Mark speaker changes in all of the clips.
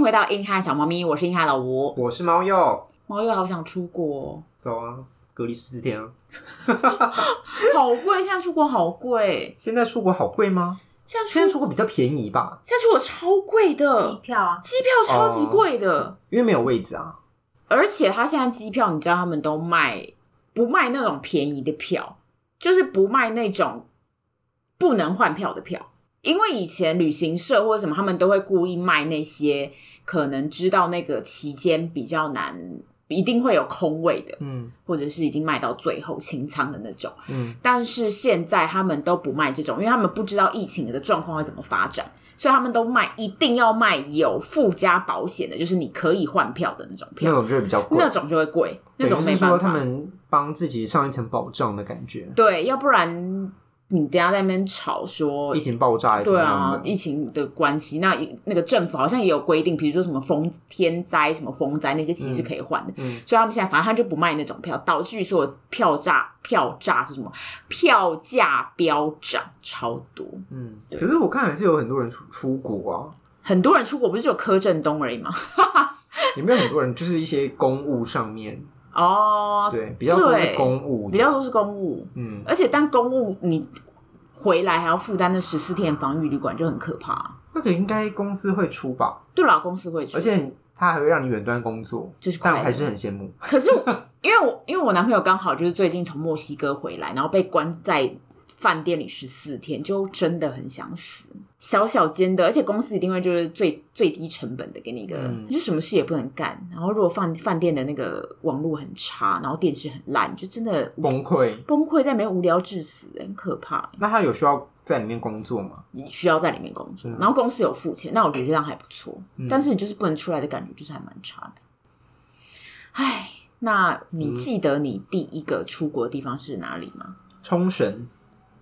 Speaker 1: 回到硬汉小猫咪，我是硬汉老吴。
Speaker 2: 我是猫鼬，
Speaker 1: 猫又好想出国，
Speaker 2: 走啊，隔离十四天啊！
Speaker 1: 好贵，现在出国好贵，
Speaker 2: 现在出国好贵吗？
Speaker 1: 现在出
Speaker 2: 现在出国比较便宜吧，
Speaker 1: 现在出国超贵
Speaker 3: 机
Speaker 1: 的，
Speaker 3: 票啊，
Speaker 1: 机票超级贵的，
Speaker 2: 因为没有位置啊。
Speaker 1: 而且他现在机票，你知道他们都卖不卖那种便宜的票，就是不卖那种不能换票的票。因为以前旅行社或者什么，他们都会故意卖那些可能知道那个期间比较难，一定会有空位的，
Speaker 2: 嗯
Speaker 1: 或者是已经卖到最后清仓的那种。
Speaker 2: 嗯，
Speaker 1: 但是现在他们都不卖这种，因为他们不知道疫情的状况会怎么发展，所以他们都卖一定要卖有附加保险的，就是你可以换票的那种
Speaker 2: 那
Speaker 1: 票，
Speaker 2: 种就会比较贵，
Speaker 1: 那种就会贵，那
Speaker 2: 对
Speaker 1: 种
Speaker 2: 就
Speaker 1: 没
Speaker 2: 是
Speaker 1: 办
Speaker 2: 说他
Speaker 1: 法。
Speaker 2: 们帮自己上一层保障的感觉。
Speaker 1: 对，要不然你等一下在那边吵说
Speaker 2: 疫。情爆炸还是怎
Speaker 1: 对
Speaker 2: 么样
Speaker 1: 啊，
Speaker 2: 的？
Speaker 1: 疫情的关系，那一那个政府好像也有规定，比如说什么风天灾、什么风灾那些，其实是可以换的。
Speaker 2: 嗯
Speaker 1: 所以他们现在反正他就不卖那种票，导致于所有票价票价是什么？票价飙涨超多。
Speaker 2: 嗯，
Speaker 1: 对
Speaker 2: 可是我看还是有很多人出出国啊，
Speaker 1: 很多人出国不是只有柯震东而已吗？
Speaker 2: 也没有很多人，就是一些公务上面，
Speaker 1: 哦，
Speaker 2: 对，比较多是
Speaker 1: 对
Speaker 2: 公务的，
Speaker 1: 比较多是公务，
Speaker 2: 嗯，
Speaker 1: 而且但公务你回来还要负担那十四天防疫旅馆就很可怕。
Speaker 2: 那个应该公司会出吧，
Speaker 1: 对啦，公司会出，
Speaker 2: 而且他还会让你远端工作，
Speaker 1: 就是快
Speaker 2: 但
Speaker 1: 乐
Speaker 2: 我还是很羡慕。
Speaker 1: 可是我 因为我因为我男朋友刚好就是最近从墨西哥回来，然后被关在饭店里十四天，就真的很想死。小小间的，而且公司一定会就是最最低成本的给你一个，
Speaker 2: 嗯
Speaker 1: 你就什么事也不能干。然后如果饭饭店的那个网络很差，然后电视很烂，就真的
Speaker 2: 崩溃。
Speaker 1: 崩溃在里面无聊致死，很可怕。
Speaker 2: 那他有需要在里面工作吗？
Speaker 1: 你需要在里面工作，
Speaker 2: 嗯
Speaker 1: 然后公司有付钱，那我觉得这样还不错。
Speaker 2: 嗯
Speaker 1: 但是你就是不能出来的感觉，就是还蛮差的。唉，那
Speaker 2: 嗯
Speaker 1: 你记得你第一个出国的地方是哪里吗？
Speaker 2: 冲绳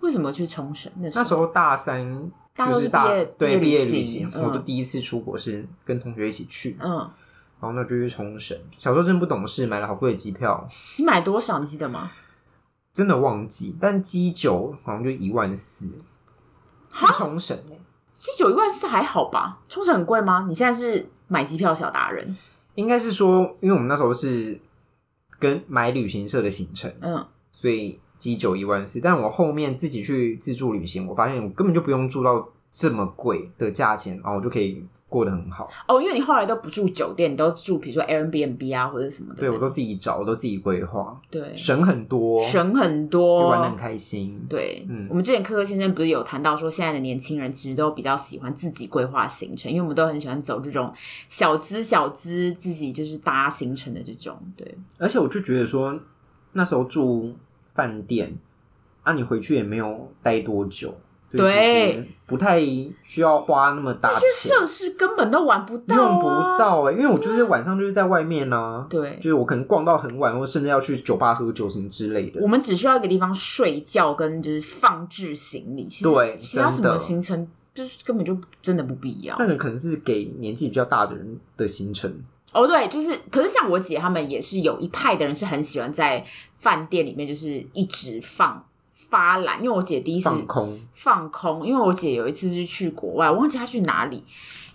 Speaker 1: 为什么去冲绳？那时
Speaker 2: 那时
Speaker 1: 候
Speaker 2: 候大三，
Speaker 1: 大家
Speaker 2: 就
Speaker 1: 都
Speaker 2: 是
Speaker 1: 是
Speaker 2: 大
Speaker 1: 毕业
Speaker 2: 对
Speaker 1: 毕
Speaker 2: 毕
Speaker 1: 业
Speaker 2: 业
Speaker 1: 旅
Speaker 2: 旅
Speaker 1: 行
Speaker 2: 行，
Speaker 1: 嗯
Speaker 2: 我的第一次出国是跟同学一起去，然
Speaker 1: 嗯，
Speaker 2: 后那就去冲绳。小时候真不懂事，买了好贵的机票，
Speaker 1: 你买多少？你记得吗？
Speaker 2: 真的忘记。但机酒好像就一万四，去冲绳欸
Speaker 1: 七九一万是还好吧？冲绳很贵吗？你现在是买机票小达人，
Speaker 2: 应该是说，因为我们那时候是跟买旅行社的行程，
Speaker 1: 嗯，
Speaker 2: 所以机酒一万四。但我后面自己去自助旅行，我发现我根本就不用住到这么贵的价钱，然后我就可以过得很好。
Speaker 1: 哦，因为你后来都不住酒店，你都住比如说 Airbnb 啊或者什么的
Speaker 2: 对
Speaker 1: 那
Speaker 2: 我
Speaker 1: 种，
Speaker 2: 都自己找，我都自己规划，
Speaker 1: 对
Speaker 2: 省很多，
Speaker 1: 省很
Speaker 2: 就
Speaker 1: 多，
Speaker 2: 玩的很开心。，
Speaker 1: 对，
Speaker 2: 嗯
Speaker 1: 我们之前科科先生不是有谈到说，现在的年轻人其实都比较喜欢自己规划行程，因为我们都很喜欢走这种小资小资自己就是搭行程的这种。对，
Speaker 2: 而且我就觉得说，那时候住饭店，啊，你回去也没有待多久，所以
Speaker 1: 对
Speaker 2: 其实不太需要花那么大
Speaker 1: 那
Speaker 2: 钱
Speaker 1: 些，设施根本都玩不到、啊，
Speaker 2: 用不。到哎、因为我就是晚上就是在外面呢、
Speaker 1: 对
Speaker 2: 就，是我可能逛到很晚，或甚至要去酒吧喝酒什么之类的
Speaker 1: 我。们只需要一个地方睡觉跟就是放置行李，其实
Speaker 2: 对
Speaker 1: 其他什
Speaker 2: 真
Speaker 1: 么
Speaker 2: 的
Speaker 1: 行程就是根本就真的不必要。
Speaker 2: 那个可能是给年纪比较大的人的行程，
Speaker 1: 哦，对，就是，可是像我姐他们也是有一派的人是很喜欢在饭店里面就是一直放发懒，因为我姐第一次
Speaker 2: 放空，
Speaker 1: 放空，因为我姐有一次是去国外，我忘记她去哪里，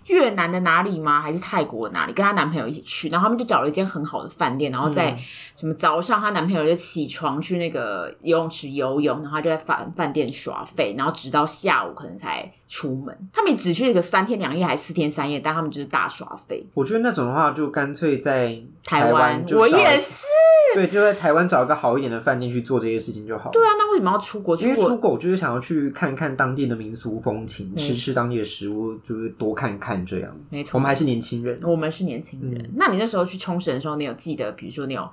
Speaker 1: 越南的哪里吗？还是泰国的哪里？跟她男朋友一起去，然后他们就找了一间很好的饭店，然后在
Speaker 2: 嗯
Speaker 1: 什么早上，她男朋友就起床去那个游泳池游泳，然后她就在饭饭店耍废，然后直到下午可能才出门。他们也只去了个三天两夜还是四天三夜，但他们就是大耍废。
Speaker 2: 我觉得那种的话，就干脆在
Speaker 1: 台
Speaker 2: 湾
Speaker 1: 湾，
Speaker 2: 就
Speaker 1: 我
Speaker 2: 找
Speaker 1: 也是。
Speaker 2: 对，就在台湾找一个好一点的饭店去做这些事情就好。
Speaker 1: 对，啊，那为什么要出国？出
Speaker 2: 因为出
Speaker 1: 国
Speaker 2: 国我就是想要去看看当地的民俗风情，
Speaker 1: 没
Speaker 2: 吃吃当地的食物，就是多看看这样。
Speaker 1: 没错哦
Speaker 2: 我们还是年轻人，
Speaker 1: 我们是年轻人。
Speaker 2: 嗯
Speaker 1: 那你那时候去冲绳的时候，你有记得，比如说你有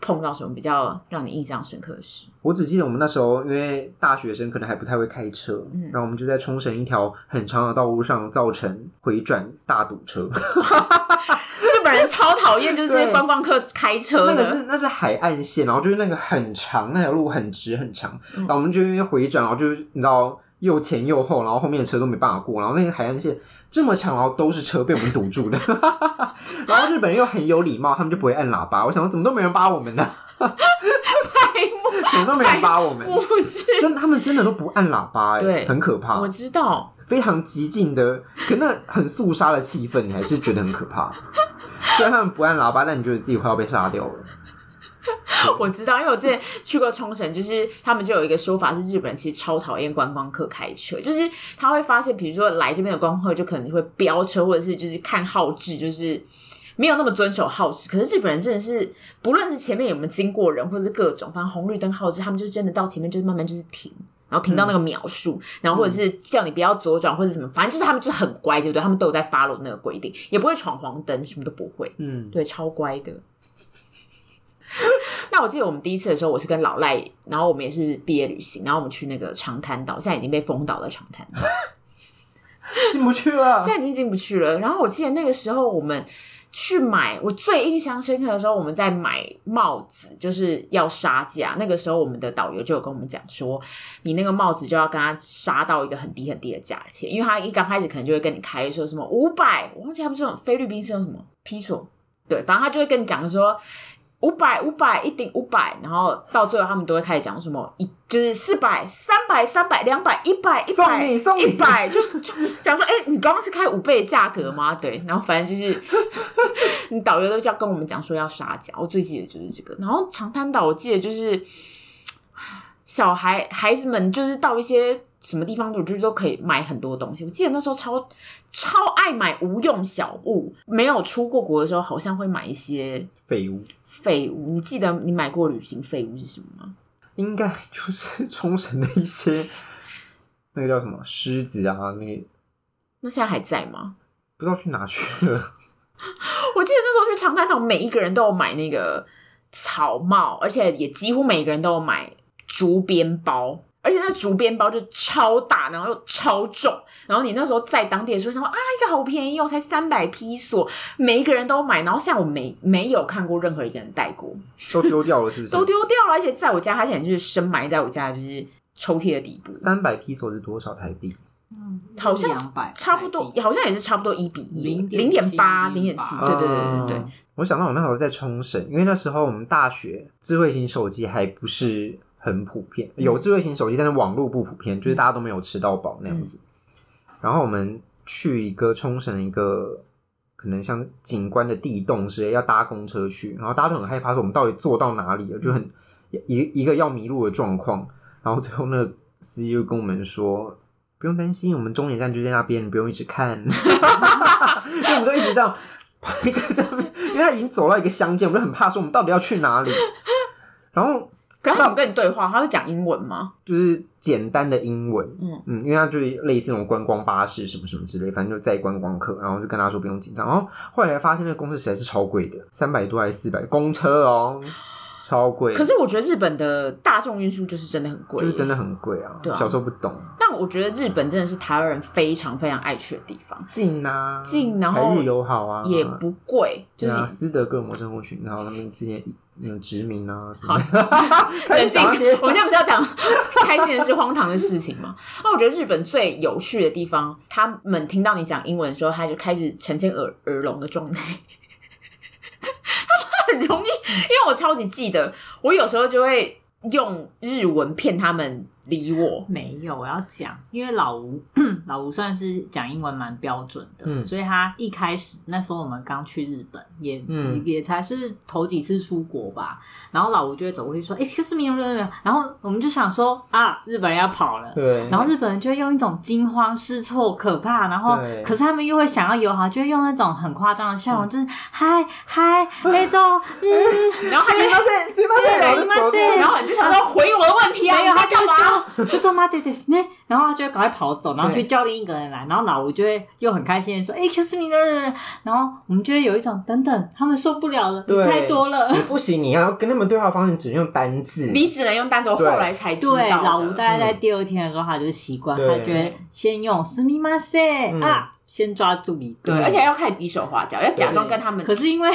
Speaker 1: 碰到什么比较让你印象深刻的 事？
Speaker 2: 我只记得我们那时候因为大学生可能还不太会开车，
Speaker 1: 嗯
Speaker 2: 然后我们就在冲绳一条很长的道路上造成回转大堵车。
Speaker 1: 日本人超讨厌就是这些观光客开车
Speaker 2: 那
Speaker 1: 的，
Speaker 2: 个 是那是海岸线，然后就是那个很长，那条路很直很长，
Speaker 1: 嗯
Speaker 2: 然后我们就因为回转，然后就是你知道右前右后，然后后面的车都没办法过，然后那个海岸线这么长，然后都是车被我们堵住的， 然后日本人又很有礼貌，他们就不会按喇叭，我想说怎么都没人扒我们呢、
Speaker 1: 白目
Speaker 2: 怎么都没人扒我们？
Speaker 1: 我 去，
Speaker 2: 真的，他们真的都不按喇叭、欸，
Speaker 1: 对
Speaker 2: 很可怕
Speaker 1: 我，知道，
Speaker 2: 非常激进的，可那很肃杀的气氛，你还是觉得很可怕。 虽然他们不按喇叭，但你觉得自己快要被杀掉了。
Speaker 1: 我知道，因为我之前去过冲绳，就是他们就有一个说法是，日本人其实超讨厌观光客开车，就是他会发现，比如说来这边的观光客就可能会飙车，或者是就是看号志，就是没有那么遵守号志。可是日本人真的是，不论是前面有没有经过人，或者是各种，反正红绿灯号志，他们就是真的到前面就是慢慢就是停。然后停到那个秒数，然后或者是叫你不要左转或者什么，反正就是他们就是很乖，就对，他们都有在 follow 那个规定，也不会闯黄灯，什么都不会。
Speaker 2: 嗯，
Speaker 1: 对，超乖的。 那我记得我们第一次的时候，我是跟老赖，然后我们也是毕业旅行，然后我们去那个长滩岛，现在已经被封岛了。长滩岛
Speaker 2: 进不去了
Speaker 1: 现。在已经进不去了。然后我记得那个时候我们去买，我最印象深刻的时候，我们在买帽子，就是要杀价。那个时候我们的导游就有跟我们讲说，你那个帽子就要跟他杀到一个很低很低的价钱，因为他一刚开始可能就会跟你开说什么五百，我忘记他们是用菲律宾是用什么披索，对，反正他就会跟你讲说五百五百一顶五百，然后到最后他们都会开始讲什么一就是四百三百三百两百一百一
Speaker 2: 送
Speaker 1: 百
Speaker 2: 你送你
Speaker 1: 一百，就就讲说哎、你刚刚是开五倍的价格吗？对，然后反正就是 你导游都叫跟我们讲说要杀价，我最记得就是这个。然后长滩岛我记得就是。小孩孩子们就是到一些什么地方，我就都可以买很多东西。我记得那时候超超爱买无用小物，没有出过国的时候，好像会买一些
Speaker 2: 废物，
Speaker 1: 废物。你记得你买过旅行废物是什么吗？
Speaker 2: 应该 就是冲绳的一些那个叫什么狮子啊，那个
Speaker 1: 那现在还在吗？
Speaker 2: 不知道去哪去了。
Speaker 1: 我记得那时候去长滩岛，每一个人都有买那个草帽，而且也几乎每个人都有买竹编包，而且那竹编包就超大，然后又超重。然后你那时候在当地的时候想说啊，一个好便宜哦，才三百披索，每一个人都买。然后像我没没有看过任何一个人戴过，
Speaker 2: 都丢掉了，是不是？
Speaker 1: 都丢掉了，而且在我家，它现在就是深埋在我家就是抽屉的底部，
Speaker 2: 三百披索是多少台币？
Speaker 1: 好像是
Speaker 3: 两百
Speaker 1: 差不多，好像也是差不多一比一，
Speaker 3: 0.7
Speaker 1: 零点八，零点七，对对对对对
Speaker 2: 啊。我想到我那时候在冲绳，因为那时候我们大学智慧型手机还不是很普遍，
Speaker 1: 嗯
Speaker 2: 有智慧型手机，但是网络不普遍，就是大家都没有吃到饱那样子。
Speaker 1: 嗯
Speaker 2: 然后我们去一个冲绳的一个可能像景观的地洞之类，要搭公车去，然后大家都很害怕，说我们到底坐到哪里了，就很
Speaker 1: 嗯
Speaker 2: 一一个要迷路的状况。然后最后那个司机就跟我们说。不用担心，我们终点站就在那边，你不用一直看。 因为我们都一直这样一个在那边， 因为他已经走到一个乡间，我们就很怕说我们到底要去哪里。 然后
Speaker 1: 可是他们跟你对话，他会讲英文吗？
Speaker 2: 就是简单的英文，
Speaker 1: 嗯
Speaker 2: 嗯，因为他就是类似那种观光巴士什么什么之类，反正就载观光客，然后就跟他说不用紧张。然后后来才发现那个公车实在是超贵的，三百多还是四百，公车哦，超贵。
Speaker 1: 可是我觉得日本的大众运输就是真的很贵，
Speaker 2: 就是真的很贵啊，
Speaker 1: 对啊
Speaker 2: 小时候不懂，
Speaker 1: 但我觉得日本真的是台湾人非常非常爱去的地方，
Speaker 2: 近啊，
Speaker 1: 近然后
Speaker 2: 台日友好啊，
Speaker 1: 也不贵，就
Speaker 2: 对
Speaker 1: 是
Speaker 2: 啊、斯德哥尔摩症候群，然后他们之间嗯殖民啊什么
Speaker 1: 好
Speaker 2: 的，开
Speaker 1: 冷
Speaker 2: 始
Speaker 1: 静
Speaker 2: 讲一些。
Speaker 1: 我们现在不是要讲 开心的是荒唐的事情吗？那我觉得日本最有趣的地方，他们听到你讲英文的时候，他就开始呈现耳耳聋的状态。 他们很容易，因为我超级记得，我有时候就会用日文骗他们理我。
Speaker 3: 没有，我要讲，因为老吴 老吴算是讲英文蛮标准的，
Speaker 2: 嗯
Speaker 3: 所以他一开始那时候我们刚去日本，也、
Speaker 2: 嗯
Speaker 3: 也才是头几次出国吧，然后老吴就会走过去说，excuse 哎 me，然后我们就想说啊，日本人要跑了。
Speaker 2: 对，
Speaker 3: 然后日本人就会用一种惊慌失措、可怕，然后
Speaker 2: 对嗯
Speaker 3: 可是他们又会想要友好，就会用那种很夸张的笑容，就是嗨嗨，哎都，嗯，
Speaker 1: 然后他就 说
Speaker 2: 对，嘴巴在然
Speaker 3: 对
Speaker 2: 后就走掉
Speaker 3: 对
Speaker 1: 然后你就想说回我的问题啊，
Speaker 3: 没有，
Speaker 1: 你
Speaker 3: 他
Speaker 1: 在
Speaker 3: 就
Speaker 1: 干嘛？
Speaker 3: 说就他妈的ですね，然后他就会赶快跑走，然后
Speaker 2: 对
Speaker 3: 去叫另一个人来，然后老吴就会又很开心的说哎 excuse me，然后我们就会有一种等等，他们受不了了，你
Speaker 2: 对
Speaker 3: 太多了
Speaker 2: 你。不行，你要跟他们对话方式只能用单 字。
Speaker 1: 你只能用单手，后
Speaker 2: 对
Speaker 1: 来才知道
Speaker 3: 对，
Speaker 1: 的。嗯
Speaker 3: 老吴大概在第二天的时候，他就习惯，
Speaker 2: 对
Speaker 3: 他就会先用すみませ
Speaker 2: 嗯
Speaker 3: ん啊，先抓住一个
Speaker 1: 对，，而且要开始比手画脚，要假装跟他们
Speaker 3: 嗯可是因为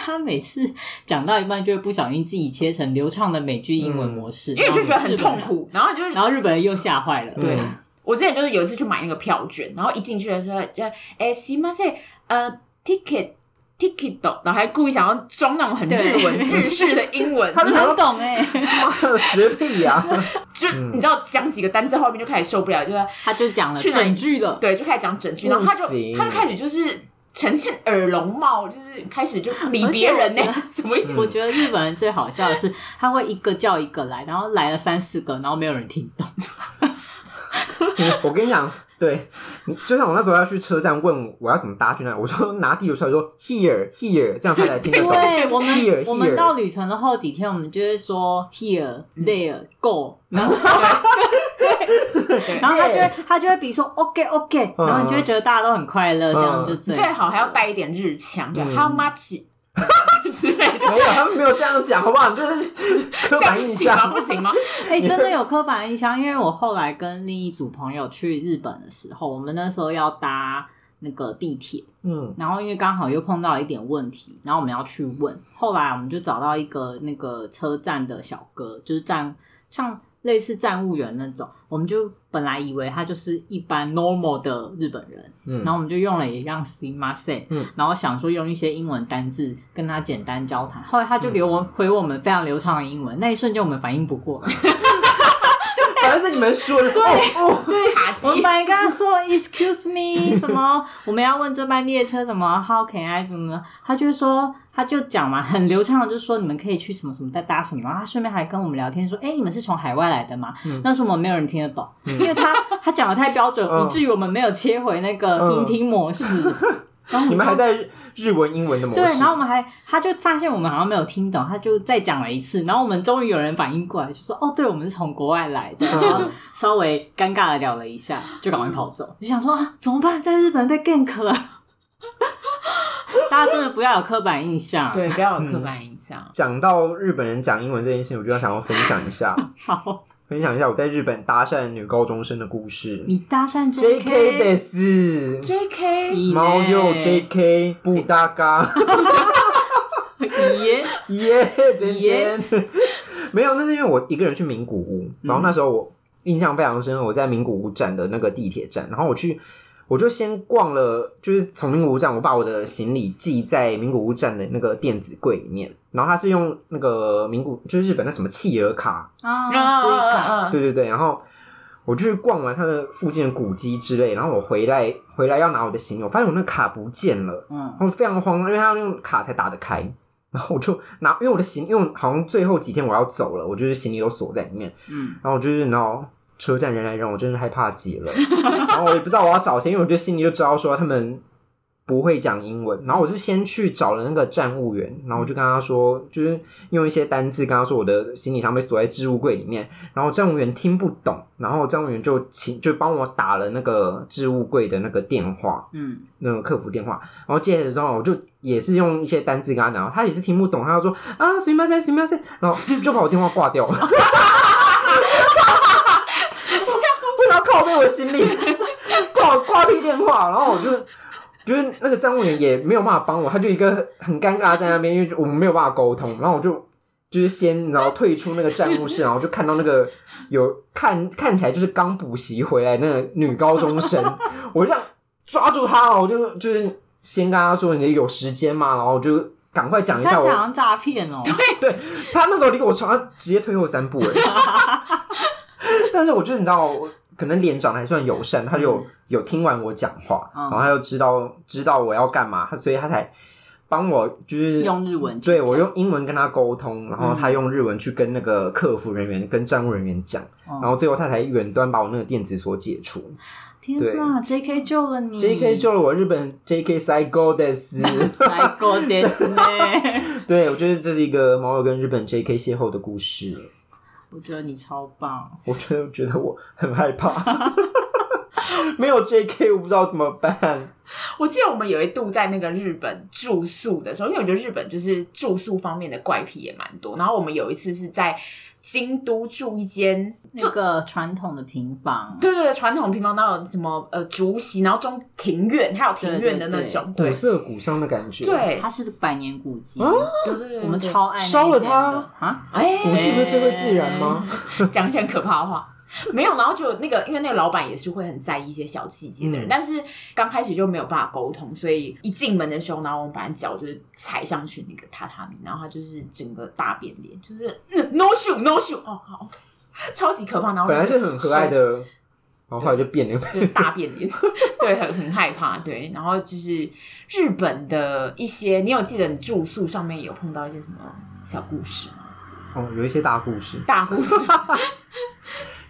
Speaker 3: 他每次讲到一半，就会不小心自己切成流畅的美剧英文模式，
Speaker 1: 嗯因为就觉得很痛
Speaker 3: 然后日
Speaker 1: 苦，然后就
Speaker 3: 本人。
Speaker 1: 是
Speaker 3: 然后日本人又吓坏了，
Speaker 1: 对
Speaker 2: 嗯，
Speaker 1: 我之前就是有一次去买那个票券，然后一进去的时候就哎，西马塞呃 ticket ticket，然后还故意想要装那种很
Speaker 3: 对
Speaker 1: 日文日式的英文，
Speaker 2: 他
Speaker 3: 你很懂哎、
Speaker 2: 妈的学屁 呀、
Speaker 1: 就
Speaker 2: 嗯
Speaker 1: 你知道讲几个单字后面就开始受不了，就是
Speaker 3: 他就讲了
Speaker 1: 去哪里
Speaker 3: 整句了，
Speaker 1: 对，就开始讲整句，然后他就
Speaker 2: 不行
Speaker 1: 他就开始就是呈现耳聋帽，就是开始就理别人呢、
Speaker 3: 而且我觉
Speaker 1: 什么意思？
Speaker 3: 我觉得日本人最好笑的是，他会一个叫一个来，然后来了三四个，然后没有人听懂。
Speaker 2: 我跟你讲，对，你就像我那时候要去车站问我要怎么搭去那里，我说 拿地图出来说 here here，这样他才听得懂。
Speaker 3: 对我
Speaker 2: here
Speaker 3: 们，我们
Speaker 2: here
Speaker 3: 到旅程的后几天，我们就会说 here
Speaker 2: 嗯
Speaker 3: there go，然 后
Speaker 1: 对
Speaker 3: 然后他就会他就会比如说 OK OK，
Speaker 2: 嗯
Speaker 3: 然后你就会觉得大家都很快乐，这样
Speaker 2: 嗯
Speaker 3: 就最
Speaker 1: 最好还要带一点日腔，就
Speaker 2: 嗯
Speaker 1: how much 之类的，
Speaker 2: 没有，他们没有这样讲，好不好？你这 是刻
Speaker 1: 这样
Speaker 2: 板印
Speaker 1: 不
Speaker 3: 啊
Speaker 1: 行吗？
Speaker 2: 象。
Speaker 1: 不行吗？
Speaker 3: 哎、真的有刻板印象，因为我后来跟另一组朋友去日本的时候，我们那时候要搭那个地铁，
Speaker 2: 嗯，
Speaker 3: 然后因为刚好又碰到了一点问题，然后我们要去问，后来我们就找到一个那个车站的小哥，就是站像类似站务员那种，我们就本来以为他就是一般 normal 的日本人，
Speaker 2: 嗯
Speaker 3: 然后我们就用了一样 s i m a s e
Speaker 2: 嗯
Speaker 3: 然后想说用一些英文单字跟他简单交谈，后来他
Speaker 2: 嗯
Speaker 3: 就留我回我们非常流畅的英文，那一瞬间我们反应不过来。
Speaker 2: 反正是你们说的。对，哦
Speaker 1: 对，卡机
Speaker 3: 我们本来跟他说 “excuse me” 什么，我们要问这班列车什么 “how can I” 什么的，他就说，他就讲嘛，很流畅的就说你们可以去什么什么再搭什么，然后他顺便还跟我们聊天说：“哎、你们是从海外来的吗？”但是我们没有人听得懂，因为他他讲的太标准，
Speaker 2: 嗯
Speaker 3: 以至于我们没有切回那个
Speaker 2: 嗯
Speaker 3: 音听模式。然后我
Speaker 2: 你们还
Speaker 3: 就
Speaker 2: 在日文、英文的模式。
Speaker 3: 对，然后我们还，他就发现我们好像没有听懂，他就再讲了一次，然后我们终于有人反应过来，就说：“哦，对，我们是从国外来的。”然后稍微尴尬的聊了一下，就赶快跑走。就想说啊，怎么办？在日本被 gank 了。 大家真的不要有刻板印象。，
Speaker 1: 对，不要有刻板印象。
Speaker 2: 讲到日本人讲英文这件事情，我就要想要分享一下，
Speaker 3: 好，
Speaker 2: 分享一下我在日本搭讪女高中生的故事。
Speaker 3: 你搭讪
Speaker 2: J.K.
Speaker 3: JK
Speaker 2: 的是
Speaker 1: J.K.
Speaker 3: 咦呢
Speaker 2: 猫又 J.K. 不搭嘎。
Speaker 3: 咦，
Speaker 2: 耶，真
Speaker 3: 耶
Speaker 2: 真 没有，那是因为我一个人去名古屋，然后那时候我印象非常深，我在名古屋站的那个地铁站，然后我去，我就先逛了，就是从名古屋站，我把我的行李寄在名古屋站的那个电子柜里面，然后它是用那个名古，就是日本那什么企鹅卡，
Speaker 3: 啊，是一个
Speaker 1: 嗯嗯嗯
Speaker 2: 对对对，然后。我就是逛完它的附近的古迹之类，然后我回来回来要拿我的行李，我发现我那个卡不见了，
Speaker 3: 嗯
Speaker 2: 然后非常慌，因为他要用卡才打得开。然后我就拿，因为我的行，因为我好像最后几天我要走了，我就是行李都锁在里面。
Speaker 3: 嗯，
Speaker 2: 然后我就是，然后车站人来人往，我真是害怕极了。 然后我也不知道我要找谁，因为我就心里就知道说他们不会讲英文。然后我是先去找了那个站务员，然后我就跟他说，就是用一些单字跟他说我的行李箱被锁在置物柜里面。然后站务员听不懂，然后站务员就请就帮我打了那个置物柜的那个电话。
Speaker 3: 嗯，
Speaker 2: 那个客服电话，然后接着之后，我就也是用一些单字跟他讲，他也是听不懂，他就说啊，随便塞，随便塞，然后就把我电话挂掉了。为啥靠背我行李，挂挂屁电话，然后我就就是那个站务员也没有办法帮我，他就一个很尴尬在那边，因为我们没有办法沟通，然后我就就是先然后退出那个站务室，然后就看到那个有看看起来就是刚补习回来那个女高中生，我就这样抓住她，我就就是先跟她说你有时间吗？然后我就赶快讲一
Speaker 3: 看
Speaker 2: 下
Speaker 3: 起
Speaker 2: 我
Speaker 3: 来好像诈骗哦。
Speaker 2: 对他那时候离我床，他直接退后三步哎。 但是我觉得你知道，我可能脸长得还算友善，他有、有听完我讲话，
Speaker 3: 嗯
Speaker 2: 然后他就知道知道我要干嘛，他所以他才帮我就是
Speaker 3: 用日文去
Speaker 2: 对
Speaker 3: 讲
Speaker 2: 我用英文跟他沟通，然后他用日文去跟那个客服人员、跟站务人员讲，
Speaker 3: 嗯
Speaker 2: 然后最后他才远端把我那个电子锁解除。
Speaker 3: 天
Speaker 2: 对
Speaker 3: 哪，JK 救了你
Speaker 2: J.K. 救了我，日本 J.K. 塞狗的 死。
Speaker 3: 来过的呢。
Speaker 2: 对，我觉得这是一个猫友跟日本 J.K. 邂逅的故事。
Speaker 3: 我觉得你超棒，
Speaker 2: 我真的觉得我很害怕， 没有 J.K. 我不知道怎么办。
Speaker 1: 我记得我们有一度在那个日本住宿的时候，因为我觉得日本就是住宿方面的怪癖也蛮多。然后我们有一次是在京都住一间，
Speaker 3: 这个传统的平房，
Speaker 1: 对对对，传统平房，那种什么呃竹席，然后中庭院，还有庭院的那种，
Speaker 2: 古
Speaker 1: 对
Speaker 2: 色古香的感觉，，
Speaker 1: 对
Speaker 3: 它是百年古迹，
Speaker 1: 对对对，
Speaker 3: 我们
Speaker 1: 对
Speaker 3: 超爱那一
Speaker 2: 哦烧了
Speaker 3: 间
Speaker 2: 它
Speaker 3: 的啊！
Speaker 1: 哎，嗯
Speaker 2: 我是不是最会自然吗？
Speaker 1: 讲一些很可怕的话，没有，然后就那个，因为那个老板也是会很在意一些小细节的人，
Speaker 2: 嗯
Speaker 1: 但是刚开始就没有办法沟通，所以一进门的时候，然后我们把脚就是踩上去那个榻榻米，然后他就是整个大变脸，就是、嗯 no shoe no shoe，哦好，OK，超级可怕，然后
Speaker 2: 本来是很和蔼的，然后后来就变了。
Speaker 1: 就是大变 脸，对，很很害怕，对。然后就是日本的一些，你有记得你住宿上面有碰到一些什么小故事吗？
Speaker 2: 哦，有一些大故事，
Speaker 1: 大故事？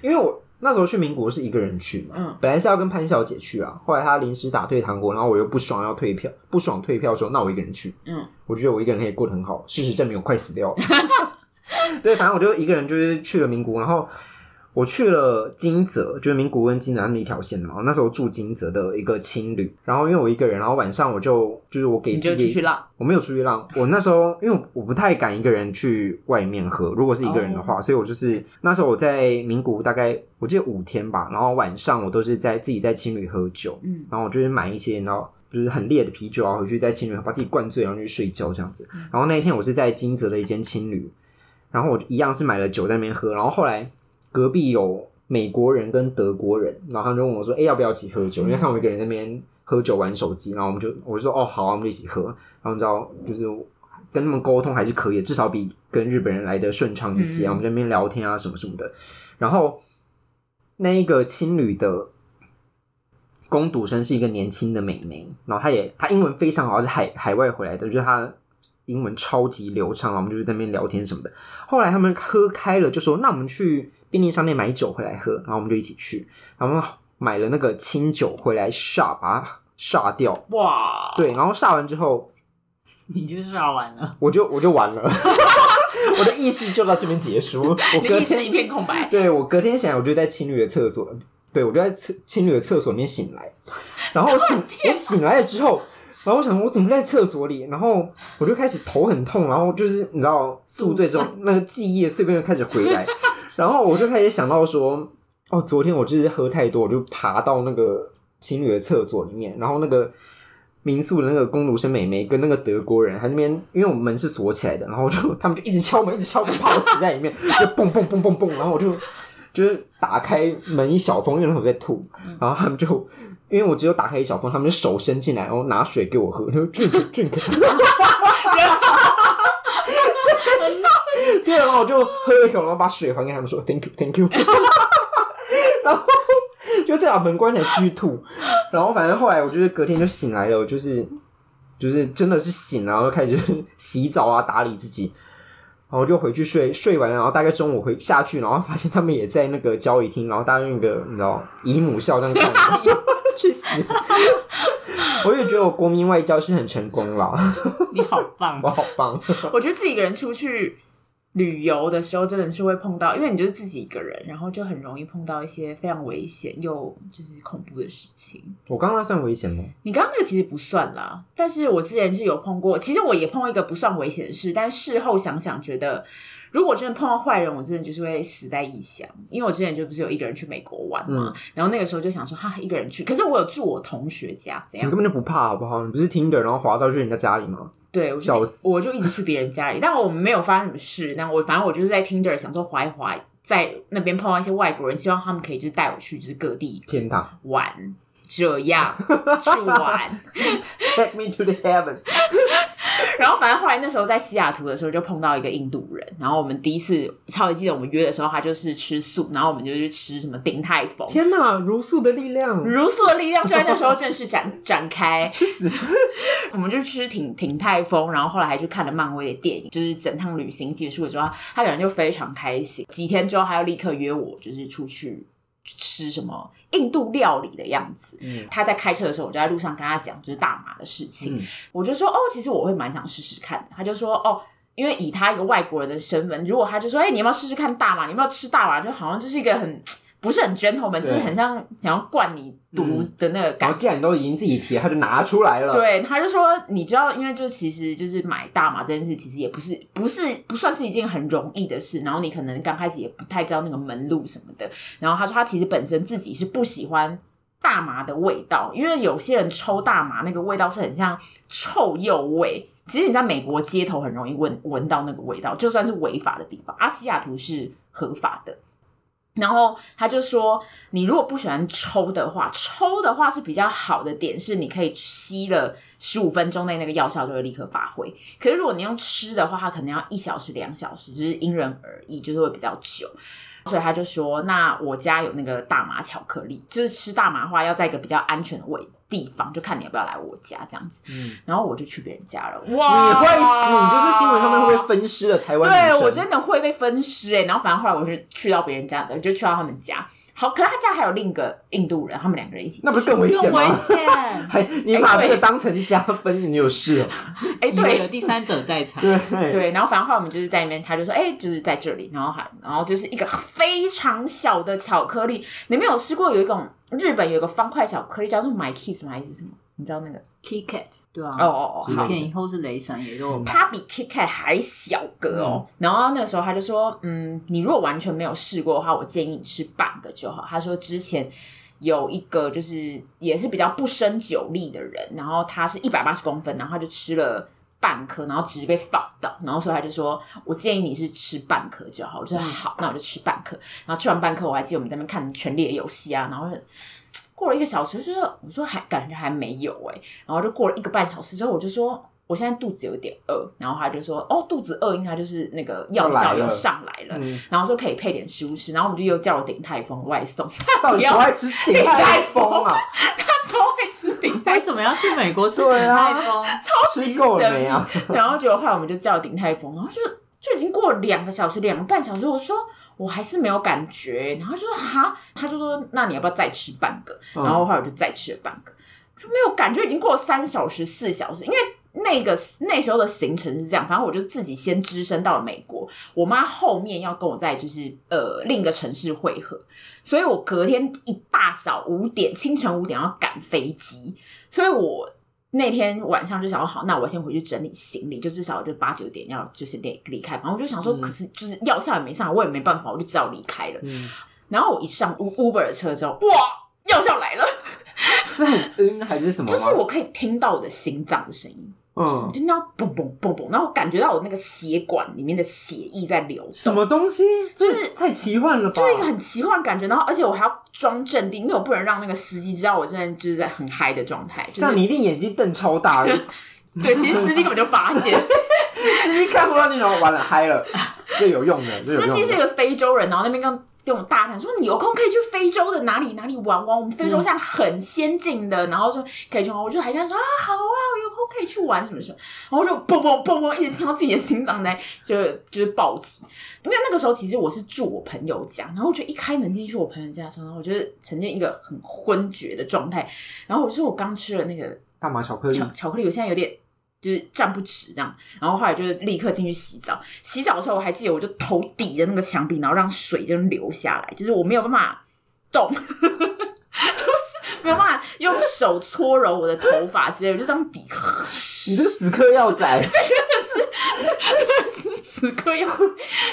Speaker 2: 因为我那时候去民国是一个人去嘛，
Speaker 1: 嗯
Speaker 2: 本来是要跟潘小姐去啊，后来她临时打退堂鼓，然后我又不爽要退票，不爽退票说那我一个人去，
Speaker 1: 嗯，
Speaker 2: 我觉得我一个人可以过得很好，事实证明我快死掉了， 对，反正我就一个人就是去了民国，然后。我去了金泽，就是民国跟金泽那么一条线嘛。我那时候住金泽的一个青旅，然后因为我一个人，然后晚上我就就是我给
Speaker 1: 你就
Speaker 2: 自己
Speaker 1: 出去浪，
Speaker 2: 我没有出去浪，我那时候因为我我不太敢一个人去外面喝，如果是一个人的话所以我就是那时候我在名古屋大概我记得五天吧，然后晚上我都是在自己在青旅喝酒，
Speaker 1: 嗯，
Speaker 2: 然后我就是买一些然后就是很烈的啤酒啊，回去在青旅把自己灌醉，然后去睡觉这样子。然后那一天我是在金泽的一间青旅，然后我一样是买了酒在那边喝，然后后来隔壁有美国人跟德国人，然后他们就问我说：“哎、要不要一起喝酒？”因为看我一个人在那边喝酒玩手机，然后我们就我就说：“哦，好啊，我们就一起喝。”然后你知道，就是跟他们沟通还是可以的，至少比跟日本人来的顺畅一些
Speaker 1: 嗯
Speaker 2: 啊。我们在那边聊天啊，什么什么的。然后那一个青旅的攻读生是一个年轻的美眉，然后她也她英文非常好，她是海海外回来的，就是她英文超级流畅，然啊后我们就是在那边聊天什么的。后来他们喝开了，就说那我们去便利商店买酒回来喝，然后我们就一起去，然后买了那个清酒回来煞把它煞掉，
Speaker 1: 哇，
Speaker 2: 对，然后煞完之后
Speaker 3: 你就是要完了，
Speaker 2: 我就我就完了， 我的意识就到这边结束，我
Speaker 1: 你
Speaker 2: 隔
Speaker 1: 的意识一
Speaker 2: 天
Speaker 1: 片空白。
Speaker 2: 对我隔天醒来，我就在青旅的厕所，对我就在厕青旅的厕所里面醒来，然后 我醒
Speaker 1: 啊
Speaker 2: 我醒来了之后，然后我想我怎么在厕所里，然后我就开始头很痛，然后就是你知道宿醉之后那个记忆碎片就开始回来，然后我就开始想到说，哦，昨天我就是喝太多，我就爬到那个情侣的厕所里面，然后那个民宿的那个工读生美眉跟那个德国人还在那边，因为我们门是锁起来的，然后我就他们就一直敲门，一直敲门，怕我死在里面， 就蹦蹦蹦蹦蹦，然后我就就是打开门一小缝，因为那时候我在吐，然后他们就。因为我只有打开一小缝，他们就手伸进来，然后拿水给我喝，他说 drink drink，对，然后我就喝了一口，然后把水还给他们说 thank you thank you，然后就再把门关起来继续吐，然后反正后来我就是隔天就醒来了，我就是就是真的是醒了，然后就开始就是洗澡啊打理自己，然后就回去睡，睡完了然后大概中午回下去，然后发现他们也在那个交易厅，然后大家用一个你知道姨母笑这样看我， 去死！我也觉得我国民外交是很成功啦，
Speaker 3: 你好棒
Speaker 2: 我！好棒。
Speaker 1: 我觉得自己一个人出去旅游的时候，真的是会碰到，因为你就是自己一个人，然后就很容易碰到一些非常危险又就是恐怖的事情。
Speaker 2: 我刚刚那算危险吗？
Speaker 1: 你刚刚那个其实不算啦，但是我之前是有碰过，其实我也碰过一个不算危险的事，但事后想想觉得，如果真的碰到坏人，我真的就是会死在异乡，因为我之前就不是有一个人去美国玩嘛，然后那个时候就想说哈一个人去，可是我有住我同学家，怎
Speaker 2: 你
Speaker 1: 样
Speaker 2: 根？本就不怕好不好？你不是听的，然后滑到去人家家里吗？
Speaker 1: 对，我
Speaker 2: 笑
Speaker 1: 就
Speaker 2: 死
Speaker 1: 我就一直去别人家里，但我们没有发生什么事。那我反正我就是在 Tinder 想说滑一滑，在那边碰到一些外国人，希望他们可以就是带我去就是各地
Speaker 2: 天 堂
Speaker 1: 玩，这样去玩。
Speaker 2: ，Take me to the heaven。
Speaker 1: 然后反正后来那时候在西雅图的时候就碰到一个印度人，然后我们第一次超级记得我们约的时候，他就是吃素，然后我们就去吃什么鼎泰丰。
Speaker 2: 天哪，如素的力量！
Speaker 1: 如素的力量就在那时候正式展展开。 我们就吃挺挺泰丰，然后后来还去看了漫威的电影。就是整趟旅行结束之后，他两人就非常开心。几天之后，他又立刻约我，就是出去吃什么印度料理的样子。
Speaker 2: 嗯
Speaker 1: 他在开车的时候，我就在路上跟他讲就是大麻的事情。
Speaker 2: 嗯
Speaker 1: 我就说哦，其实我会蛮想试试看的。他就说哦。因为以他一个外国人的身份，如果他就说：“哎、你要不要试试看大麻？你要不要吃大麻？”就好像就是一个很不是很 gentleman，就是
Speaker 2: 对
Speaker 1: 很像想要灌你毒
Speaker 2: 嗯
Speaker 1: 的那个
Speaker 2: 然
Speaker 1: 感
Speaker 2: 后既然你都已经自己提了，他就拿出来了。，
Speaker 1: 对，他就说，你知道，因为就其实就是买大麻这件事，其实也不是不是不算是一件很容易的事。然后你可能刚开始也不太知道那个门路什么的。然后他说，他其实本身自己是不喜欢大麻的味道，因为有些人抽大麻那个味道是很像臭鼬味。其实你在美国街头很容易闻闻到那个味道，就算是违法的地方，啊，西雅图是合法的。然后他就说，你如果不喜欢抽的话，抽的话是比较好的点，是你可以吸了十五分钟内那个药效就会立刻发挥。可是如果你用吃的话，它可能要一小时、两小时，就是因人而异，就是会比较久。所以他就说，那我家有那个大麻巧克力，就是吃大麻的话要在一个比较安全的位地方，就看你要不要来我家这样子。
Speaker 2: 嗯
Speaker 1: 然后我就去别人家了，
Speaker 2: 你
Speaker 1: 哇！
Speaker 2: 会死，你就是新闻上面会被分尸的台湾女
Speaker 1: 对
Speaker 2: 生
Speaker 1: 我真的会被分尸哎、然后反正后来我是去到别人家的，就去到他们家。好，可是他家还有另一个印度人，他们两个人一起。
Speaker 2: 那不是更 危险
Speaker 3: 更
Speaker 2: 吗？
Speaker 3: 危险，
Speaker 2: 还你把这个当成加分，你有事哦？
Speaker 1: 哎、
Speaker 3: 以为有
Speaker 1: 对
Speaker 3: 第三者在场。
Speaker 2: 对，
Speaker 1: 对，然后反正后来我们就是在那边，他就说，哎、就是在这里，然后还然后就是一个非常小的巧克力，你们有吃过有一种日本有一个方块巧克力叫做 My Kiss 吗？还是什么？你知道那个？
Speaker 3: KitKat，对啊，
Speaker 1: 哦哦
Speaker 2: 是
Speaker 1: 哦，好
Speaker 2: 吗。
Speaker 3: 片以后是雷神也 有
Speaker 1: 它比 KitKat 还小个哦。然后那时候他就说，嗯，你如果完全没有试过的话，我建议你吃半个就好。他说之前。有一个就是也是比较不胜酒力的人，然后他是一百八十公分，然后他就吃了半颗，然后直接被放倒，然后所以他就说，我建议你是吃半颗就好。我就说好，那我就吃半颗。然后吃完半颗，我还记得我们在那边看《权力的游戏》啊，然后就过了一个小时，就是我说还感觉还没有哎、然后就过了一个半小时之后，我就说我现在肚子有点饿，然后他就说哦，肚子饿应该就是那个药效
Speaker 2: 要来
Speaker 1: 又
Speaker 2: 了
Speaker 1: 上来了，
Speaker 2: 嗯，
Speaker 1: 然后说可以配点食物吃，然后我们就又叫了鼎泰丰外送，
Speaker 2: 到底多爱吃鼎泰丰啊？
Speaker 1: 他超爱吃鼎
Speaker 3: 为
Speaker 1: 泰丰，
Speaker 3: 什么要去美国吃
Speaker 2: 对啊
Speaker 3: 泰丰？
Speaker 1: 超级
Speaker 2: 吃够了没
Speaker 1: 神秘。
Speaker 2: 啊？
Speaker 1: 然后结果后来我们就叫了鼎泰丰，然后就就已经过了两个小时、两个半小时，我说我还是没有感觉，然后就说哈，他就说那你要不要再吃半个？
Speaker 2: 嗯
Speaker 1: 然后后来我就再吃了半个，就没有感觉，已经过了三小时、四小时，因为。那个那时候的行程是这样，反正我就自己先只身到了美国，我妈后面要跟我在就是呃另一个城市会合，所以我隔天一大早五点，清晨五点要赶飞机，所以我那天晚上就想说，好，那我先回去整理行李，就至少就八九点要就是离离开。然后我就想说，
Speaker 2: 嗯
Speaker 1: 可是就是药效也没上来，我也没办法，我就只好离开了。
Speaker 2: 嗯，
Speaker 1: 然后我一上 U- Uber 的车之后，哇，药效来了，
Speaker 2: 是很嗯还是什么 吗？
Speaker 1: 就是我可以听到我的心脏的声音，我
Speaker 2: 嗯，
Speaker 1: 听到嘣嘣嘣嘣，然后我感觉到我那个血管里面的血液在流动，
Speaker 2: 什么东西？
Speaker 1: 就是
Speaker 2: 这太奇幻了吧？
Speaker 1: 就是一个很奇幻的感觉。然后而且我还要装镇定，因为我不能让那个司机知道我现在就是在很嗨的状态。就
Speaker 2: 这样
Speaker 1: 是
Speaker 2: 你一定眼睛瞪超大，司
Speaker 1: 对，其实司机根本就发现。
Speaker 2: 机看不到你，然后完了嗨 了，这有用的，这有
Speaker 1: 司
Speaker 2: 用
Speaker 1: 机是一
Speaker 2: 的。
Speaker 1: 个非洲人，然后那边跟跟我们大谈说，你有空可以去非洲的哪里哪里玩玩，我们非洲现在很先进的，然后说可以去玩，我就还跟他说啊好啊，我有空可以去玩什么什么，然后我就哦嘣嘣嘣嘣一直听到自己的心脏在 就就是暴击，因为那个时候其实我是住我朋友家，然后我就一开门进去我朋友家的时候，然后我就是呈现一个很昏厥的状态，然后我说我刚吃了那个
Speaker 2: 大麻巧克力
Speaker 1: 巧，巧克力，我现在有点就是站不直这样。然后后来就是立刻进去洗澡，洗澡的时候我还记得，我就头抵着那个墙壁，然后让水就流下来，就是我没有办法动。 就是没有办法用手搓揉我的头发之类的，我就这样 抵。
Speaker 2: 你这个死嗑药仔，
Speaker 1: 此刻要，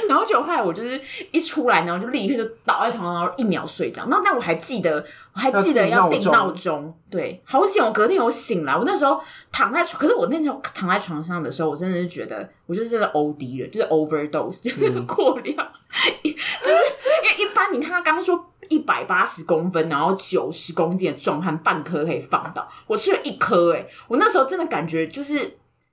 Speaker 1: 然后结果后来我就是一出来，然后就立刻就倒在床上，然后一秒睡着。那那我还记得，我还记得
Speaker 2: 要
Speaker 1: 要
Speaker 2: 定
Speaker 1: 定
Speaker 2: 闹
Speaker 1: 闹
Speaker 2: 钟
Speaker 1: 钟，对，好险！我隔天有醒来，我那时候躺在床，可是我那时候躺在床上的时候，我真的是觉得我就是真的 O D 了，就是 overdose，就是
Speaker 2: 嗯
Speaker 1: 过量，就是因为一般你看他刚刚说。一百八十公分，然后九十公斤的壮汉，半颗可以放倒。我吃了一颗，哎，我那时候真的感觉就是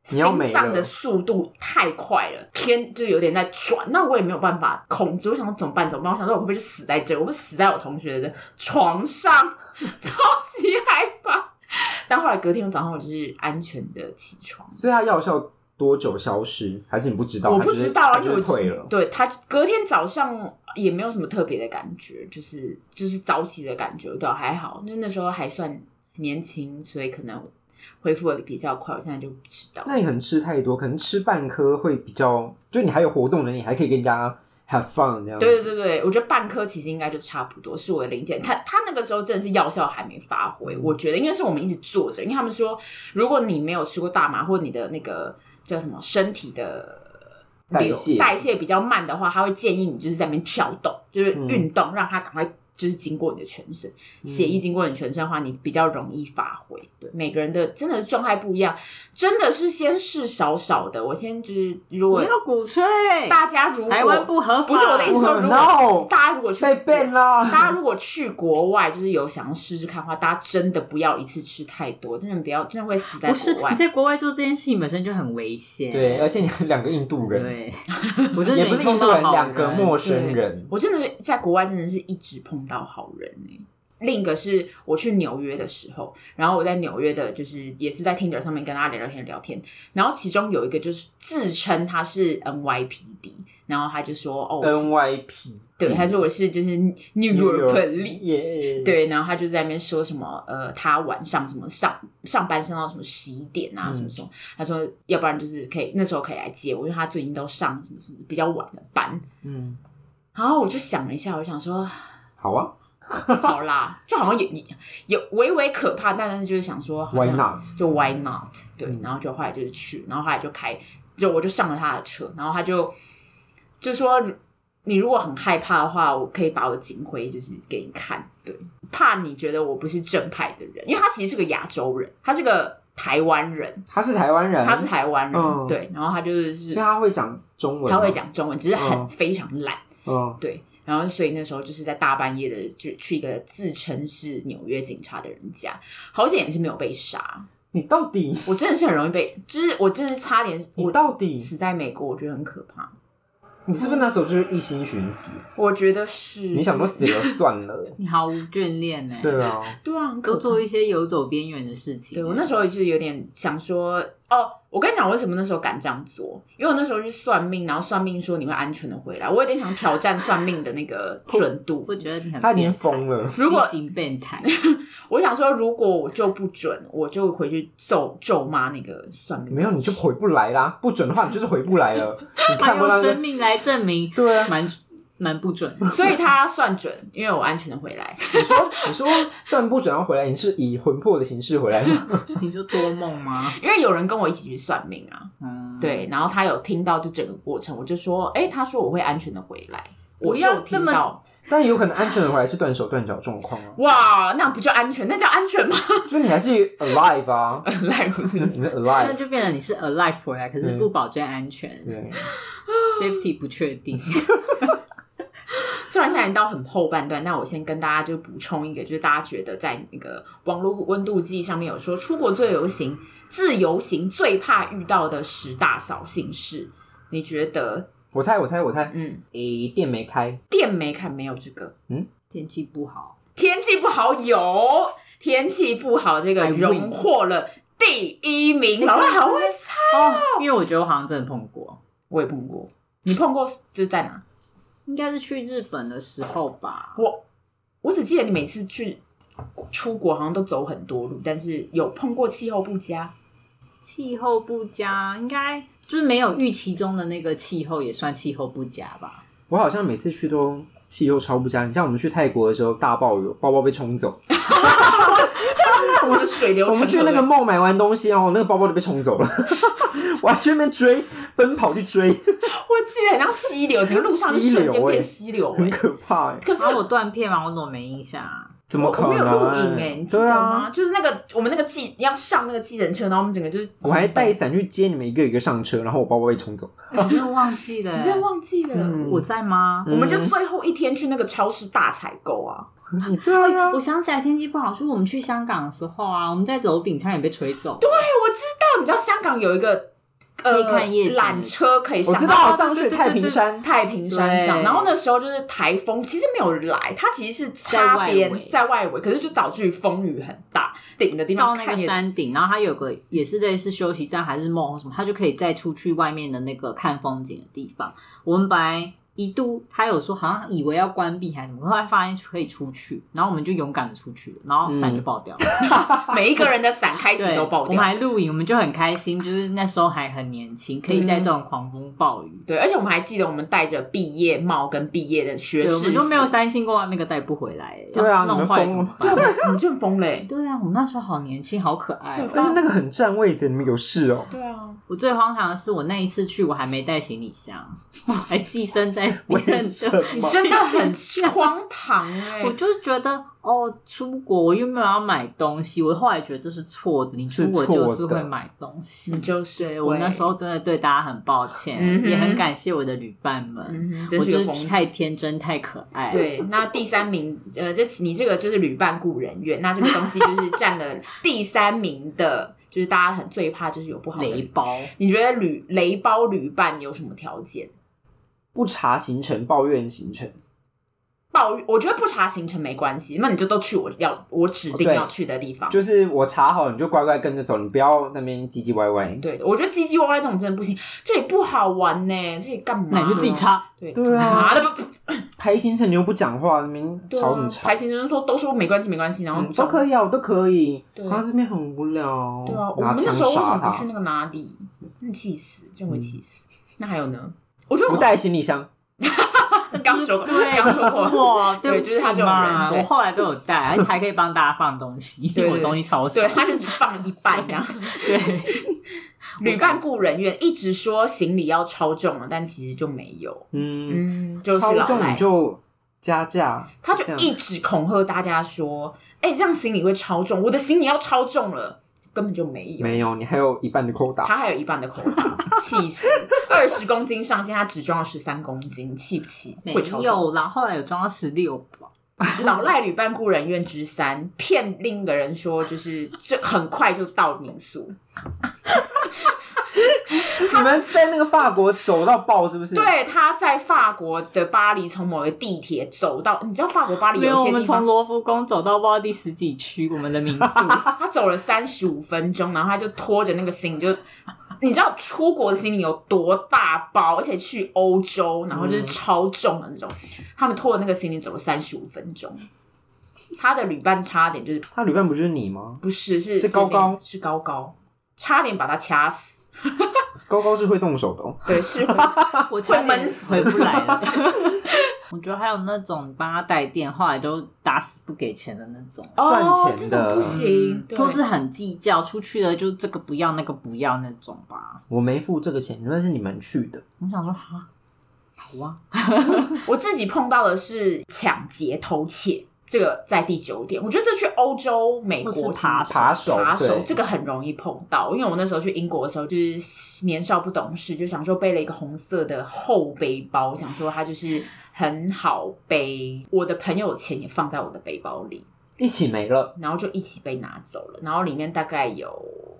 Speaker 2: 你要
Speaker 1: 心
Speaker 2: 没
Speaker 1: 脏
Speaker 2: 了
Speaker 1: 的速度太快了，天就有点在转，那我也没有办法控制。我想说怎么办？怎么办？我想说我会不会就死在这？我会不会死在我同学的床上， 超级害怕。但后来隔天早上，我就是安全的起床。
Speaker 2: 所以它药效多久消失？还是你不知道？
Speaker 1: 我
Speaker 2: 它就
Speaker 1: 不
Speaker 2: 是
Speaker 1: 知道啊，
Speaker 2: 它
Speaker 1: 因
Speaker 2: 就
Speaker 1: 为我
Speaker 2: 是退了。
Speaker 1: 对他隔天早上也没有什么特别的感觉，就是就是早起的感觉，对、啊，还好，因为那时候还算年轻，所以可能恢复的比较快。我现在就不知道。
Speaker 2: 那你可能吃太多，可能吃半颗会比较，就你还有活动能力，还可以跟人家 have fun 这样。
Speaker 1: 对，对对对，我觉得半颗其实应该就差不多，是我的零件。他他那个时候真的是药效还没发挥，我觉得应该是我们一直坐着，因为他们说，如果你没有吃过大麻，或者你的那个叫什么身体的
Speaker 2: 代
Speaker 1: 流
Speaker 2: 谢
Speaker 1: 代谢比较慢的话，他会建议你就是在那边跳动，就是
Speaker 2: 嗯
Speaker 1: 运动，让它赶快。就是经过你的全身，血液经过你全身的话，你比较容易发挥。对，每个人的真的是状态不一样，真的是先试少少的。我先就是如
Speaker 3: 不
Speaker 1: 果
Speaker 3: 要鼓吹，
Speaker 1: 大家如果
Speaker 3: 台湾不合法，
Speaker 1: 不是我的意思说，如果
Speaker 2: No
Speaker 1: 大家如果去
Speaker 2: 被 ban 啦
Speaker 1: 大家如果去国外，就是有想要试试看的话，大家真的不要一次吃太多，真的不要，真的会死在
Speaker 3: 不是
Speaker 1: 国外
Speaker 3: 你。在国外做这件事情本身就很危 险。
Speaker 2: 对，而且你还两个印度人，
Speaker 3: 对，我真
Speaker 2: 也
Speaker 3: 的没
Speaker 2: 不是
Speaker 3: 碰
Speaker 2: 印
Speaker 3: 到
Speaker 2: 度人，
Speaker 3: 好
Speaker 2: 两个
Speaker 3: 人
Speaker 2: 陌生人。
Speaker 1: 我真的是在国外真的是一直碰到好人呢、另一个是我去纽约的时候，然后我在纽约的，就是也是在 Tinder 上面跟大家聊聊天聊天，然后其中有一个就是自称他是 NYPD，然后他就说哦，我是
Speaker 2: NYP，
Speaker 1: 对，他说我是就是 New York Police，
Speaker 2: 耶，
Speaker 1: 对，然后他就在那边说什么，呃，他晚上什么上上班上到什么十一点啊，
Speaker 2: 嗯
Speaker 1: 什么什么，他说要不然就是可以那时候可以来接我，因为他最近都上什么什么比较晚的班。
Speaker 2: 嗯，
Speaker 1: 然后我就想了一下，我想说，
Speaker 2: 好啊
Speaker 1: 好啦， 就好像有你有微微可怕，但是就是想说好
Speaker 2: ，Why
Speaker 1: 像
Speaker 2: not？
Speaker 1: 就 Why not？对，
Speaker 2: 嗯
Speaker 1: 然后就后来就是去，然后后来就开，就我就上了他的车，然后他就就说如你如果很害怕的话，我可以把我警徽就是给你看，对，怕你觉得我不是正派的人，因为他其实是个亚洲人，他是个台湾人，
Speaker 2: 他是台湾人，
Speaker 1: 他是台湾人，
Speaker 2: 嗯
Speaker 1: 对，然后他就是
Speaker 2: 所以
Speaker 1: 是
Speaker 2: 他会讲中文，
Speaker 1: 他会，讲中文，只是很、
Speaker 2: 嗯
Speaker 1: 非常烂，
Speaker 2: 嗯，
Speaker 1: 对。然后，所以那时候就是在大半夜的，就去一个自称是纽约警察的人家，好险也是没有被杀。
Speaker 2: 你到底，
Speaker 1: 我真的是很容易被，就是我真的是差点
Speaker 2: 你
Speaker 1: 我
Speaker 2: 到底，
Speaker 1: 死在美国，我觉得很可怕。
Speaker 2: 你是不是那时候就是一心寻死？
Speaker 1: 我觉得是
Speaker 2: 你想说死了算了，
Speaker 3: 你毫无眷恋欸呢、
Speaker 2: 嗯 对啊，
Speaker 1: 对啊，很可
Speaker 3: 都
Speaker 1: 怕
Speaker 3: 做一些游走边缘的事情。啊
Speaker 1: 对我那时候就是有点想说，哦，我跟你讲，我为什么那时候敢这样做？因为我那时候去算命，然后算命说你会安全的回来，我有点想挑战算命的那 个准度。
Speaker 3: 我觉得你很
Speaker 2: 他已
Speaker 3: 变
Speaker 2: 经
Speaker 3: 态
Speaker 2: 疯，了，
Speaker 1: 如果
Speaker 3: 已经变态，
Speaker 1: 我想说，如果我就不准，我就回去咒咒骂那个算命。
Speaker 2: 没有你就回不来啦，不准的话你就是回不来 了，你
Speaker 3: 他
Speaker 2: 看过
Speaker 3: 用
Speaker 2: 那
Speaker 3: 生
Speaker 2: 个？
Speaker 3: 命来证明，
Speaker 2: 对啊，
Speaker 3: 蛮蛮不准。
Speaker 1: 所以他算准，因为我安全的回来。
Speaker 2: 你说你说算不准要回来，你是以魂魄的形式回来 吗？
Speaker 3: 你说多梦吗？
Speaker 1: 因为有人跟我一起去算命啊，
Speaker 3: 嗯，
Speaker 1: 对，然后他有听到这整个过程，我就说，哎、他说我会安全的回来，我
Speaker 3: 不要
Speaker 1: 就
Speaker 3: 这
Speaker 1: 听
Speaker 3: 么
Speaker 1: 到，
Speaker 2: 但有可能安全的回来是断手断脚状况啊，
Speaker 1: 哇，那不叫安全，那叫安全吗？
Speaker 2: 就是你还是 alive 啊，
Speaker 1: 来，不是
Speaker 2: 你是
Speaker 3: 那
Speaker 2: alive，
Speaker 3: 就变成你是 alive 回来，可是不保证安全、
Speaker 2: 嗯对，
Speaker 3: s a f e t y 不确 定。
Speaker 1: 虽然现在已经到很后半段，但我先跟大家就补充一个，就是大家觉得在那个网络温度计上面有说，出国最游行、自由行最怕遇到的十大扫兴事，你觉得？
Speaker 2: 我猜我猜我猜，
Speaker 1: 嗯，
Speaker 2: 诶，店没开，
Speaker 1: 店没看没有这个，
Speaker 3: 天气不好，
Speaker 1: 天气不好有，天气不好这个
Speaker 3: I win
Speaker 1: 荣获了第一名，老外好会
Speaker 3: 哦，因为我觉得我好像真的碰过，
Speaker 1: 我也碰过。你碰过就是在哪？
Speaker 3: 应该是去日本的时候吧。
Speaker 1: 我我只记得你每次去出国好像都走很多路，但是有碰过气候不佳，
Speaker 3: 气候不佳，应该就是没有预期中的那个气候，也算气候不佳吧。
Speaker 2: 我好像每次去都气候超不佳。你像我们去泰国的时候，大暴雨，包包被冲走。
Speaker 1: 我的水流
Speaker 2: 我
Speaker 1: 成
Speaker 2: 们去那个梦买完东西，然后那个包包就被冲 走了。我还去那边追，奔跑去 追，
Speaker 1: 我记得很像溪流，整个路上就瞬
Speaker 2: 溪流
Speaker 1: 间
Speaker 2: 欸
Speaker 1: 变溪流、
Speaker 2: 很
Speaker 1: 欸。
Speaker 2: 可怕哎、
Speaker 1: 可是
Speaker 3: 然后我断片嘛，我怎么没印象啊？
Speaker 2: 怎么可
Speaker 1: 我没有
Speaker 2: 能？
Speaker 1: 录影哎、你记得
Speaker 2: 对
Speaker 1: 吗？
Speaker 2: 啊，
Speaker 1: 就是那个我们那个计要上那个计程车，然后我们整个就是
Speaker 2: 我还带，伞去接你们一个一个上车，然后我包包被冲走。
Speaker 3: 我真的忘记了、欸
Speaker 1: 你真的忘记了？
Speaker 2: 嗯
Speaker 3: 我在吗？
Speaker 1: 我们就最后一天去那个超市大采购啊，
Speaker 2: 你对啊，
Speaker 3: 我想起来天气不好，就是我们去香港的时候啊，我们在楼顶差点被吹走。对，
Speaker 1: 哎我知道，你知道香港有一个呃
Speaker 3: 可以看夜景
Speaker 1: 缆车可以上
Speaker 2: 我
Speaker 1: 到，
Speaker 2: 知道，上去太平
Speaker 1: 然后
Speaker 2: 山，
Speaker 1: 太平山上，
Speaker 3: 对
Speaker 1: 然后那时候就是台风，其实没有来，它其实是擦
Speaker 3: 在外
Speaker 1: 边
Speaker 3: 围
Speaker 1: 在外围，可是就导致于风雨很大，顶的地
Speaker 3: 到
Speaker 1: 方
Speaker 3: 那
Speaker 1: 看
Speaker 3: 个
Speaker 1: 也
Speaker 3: 山顶，然后它有个也是类似休息站还是梦什么，它就可以再出去外面的那个看风景的地方。我们本来一度他有说好像以为要关闭还是什么，后来发现可以出去，然后我们就勇敢的出去了，然后伞就爆掉了，
Speaker 1: 每一个人的伞嗯开始
Speaker 3: 对，
Speaker 1: 都爆
Speaker 3: 我们
Speaker 1: 掉，
Speaker 3: 还露营，我们就很开心，就是那时候还很年轻，可以在这种狂风暴雨。
Speaker 1: 对，而且我们还记得我们戴着毕业帽跟毕业的学
Speaker 3: 对，我
Speaker 1: 士
Speaker 3: 们
Speaker 1: 服，
Speaker 3: 都没有担心过那个带不回来，
Speaker 2: 对啊
Speaker 3: 要是弄坏怎么
Speaker 1: 对，
Speaker 3: 办
Speaker 1: 我？们我们就很疯嘞，
Speaker 3: 对啊，我们那时候好年轻，好可爱哦、
Speaker 1: 对
Speaker 2: 而且那个很占位置，你们有事哦、
Speaker 1: 对啊，
Speaker 3: 我最荒唐的是，我那一次去，我还没带行李箱，我还寄生在在
Speaker 2: 为
Speaker 3: 别人
Speaker 2: 什
Speaker 3: 的。
Speaker 1: 你
Speaker 2: 么？
Speaker 1: 真的 很荒唐哎、
Speaker 3: 我就是觉得哦，出国我又没有要买东西，我后来觉得这是错的。你出国
Speaker 2: 是错的
Speaker 3: 就是会买东西
Speaker 1: 你，就是
Speaker 3: 对我那时，候真的对大家很抱歉，
Speaker 1: 嗯哼
Speaker 3: 嗯也很感谢我的旅伴们，
Speaker 1: 嗯哼，真
Speaker 3: 我
Speaker 1: 是
Speaker 3: 就
Speaker 1: 个疯
Speaker 3: 是
Speaker 1: 子。
Speaker 3: 太天真太可爱。，
Speaker 1: 对，那第三名，呃，这你这个就是旅伴雇人员，那这个东西就是占 了第三名的，就是大家很最怕就是有不好的
Speaker 3: 雷。包，
Speaker 1: 你觉得旅雷包旅伴有什么条件？
Speaker 2: 不查行程，抱怨行程，
Speaker 1: 抱怨，我觉得不查行程没关系，那你就都去我要我指定
Speaker 2: 哦对
Speaker 1: 要去的地方。
Speaker 2: 就是我查好，你就乖乖跟着走，你不要那边唧唧歪歪。
Speaker 1: 对，我觉得唧唧歪歪这种真的不行，这也不好玩呢，这也干嘛？
Speaker 3: 那你就自己。查。
Speaker 1: 对
Speaker 2: 对啊
Speaker 1: 妈的不
Speaker 2: 排行程你又不讲话，那边
Speaker 1: 对
Speaker 2: 吵
Speaker 1: 啊
Speaker 2: 你！吵
Speaker 1: 排，行程说都说没关系没关系，然后
Speaker 2: 嗯都可
Speaker 1: 以。
Speaker 2: 以啊，我都可以。
Speaker 1: 对
Speaker 2: 他这边很无聊，
Speaker 1: 对啊，我
Speaker 2: 哦拿
Speaker 1: 们那
Speaker 2: 枪
Speaker 1: 时候为什
Speaker 2: 杀
Speaker 1: 么不去
Speaker 2: 他，嗯
Speaker 1: 那个哪里？那气死，真会气死。 那还有呢？我觉得
Speaker 2: 不
Speaker 1: 我
Speaker 2: 带行李箱。
Speaker 1: 刚说过，
Speaker 3: 对，
Speaker 1: 刚说过。
Speaker 3: 哇，
Speaker 1: 对
Speaker 3: 对不
Speaker 1: 就是
Speaker 3: 起
Speaker 1: 他这种人
Speaker 3: 嘛，
Speaker 1: 对
Speaker 3: 我后来都有带，而且还可以帮大家放东西，因
Speaker 1: 对
Speaker 3: 为我东西超少
Speaker 1: 对。他就是放一半 这样。
Speaker 3: 对，
Speaker 1: 旅伴雇人员一直说行李要超重了，但其实就没有。
Speaker 2: 嗯，
Speaker 1: 嗯，就是
Speaker 2: 超
Speaker 1: 老
Speaker 2: 重
Speaker 1: 赖
Speaker 2: 你，就加价，
Speaker 1: 他就
Speaker 2: 这样
Speaker 1: 一直恐吓大家说：“哎、这样行李会超重，我的行李要超重了。”根本就没有，
Speaker 2: 没有，你还有一半的扣打。
Speaker 1: 他还有一半的口袋， 气死！二十公斤上限，他只装了十三公斤，气不气？
Speaker 3: 没
Speaker 1: 会超重。
Speaker 3: 有啦，后来有装到十六吧。
Speaker 1: 老赖旅伴雇人员之三，骗另一个人说就是这很快就到民宿，
Speaker 2: 你们在那个法国走到爆是不是？，
Speaker 1: 对，他在法国的巴黎，从某个地铁走到，你知道法国巴黎
Speaker 3: 没
Speaker 1: 有
Speaker 3: 有，
Speaker 1: 一
Speaker 3: 我
Speaker 1: 些
Speaker 3: 们
Speaker 1: 地
Speaker 3: 从
Speaker 1: 方，
Speaker 3: 罗浮宫走到不知道第十几区，我们的民 宿。
Speaker 1: 他走了三十五分钟，然后他就拖着那个行李，就你知道出国的行李有多大包，而且去欧洲，然后就是超重的那种，他们拖着那个行李走了三十五分钟，他的旅伴差点就是
Speaker 2: 他旅伴不就是你吗？
Speaker 1: 不是是
Speaker 2: 是高高
Speaker 1: 是高高，差点把他掐死，
Speaker 2: 高高是会动手的、哦，
Speaker 1: 对，是会
Speaker 3: 我差点
Speaker 1: 会闷死
Speaker 3: 回不来了。 我觉得还有那种帮他带电话都打死不给钱的那种，
Speaker 2: 赚
Speaker 1: 哦，这
Speaker 2: 钱的
Speaker 1: 种不行
Speaker 3: 嗯，
Speaker 1: 对
Speaker 3: 或是很计较，出去了就这个不要那个不要那种吧。
Speaker 2: 我没付这个钱，那是你们去的。
Speaker 3: 我想说，哈，好啊，
Speaker 1: 我自己碰到的是抢劫偷窃，这个在第九点。我觉得这去欧洲、美国
Speaker 3: 或是
Speaker 1: 其实
Speaker 3: 扒手
Speaker 2: 扒手
Speaker 1: 扒手
Speaker 2: 对
Speaker 1: 这个很容易碰到。因为我那时候去英国的时候，就是年少不懂事，就想说背了一个红色的厚背包，想说它就是很好背。我的朋友钱也放在我的背包里，
Speaker 2: 一起没了，
Speaker 1: 然后就一起被拿走了，然后里面大概有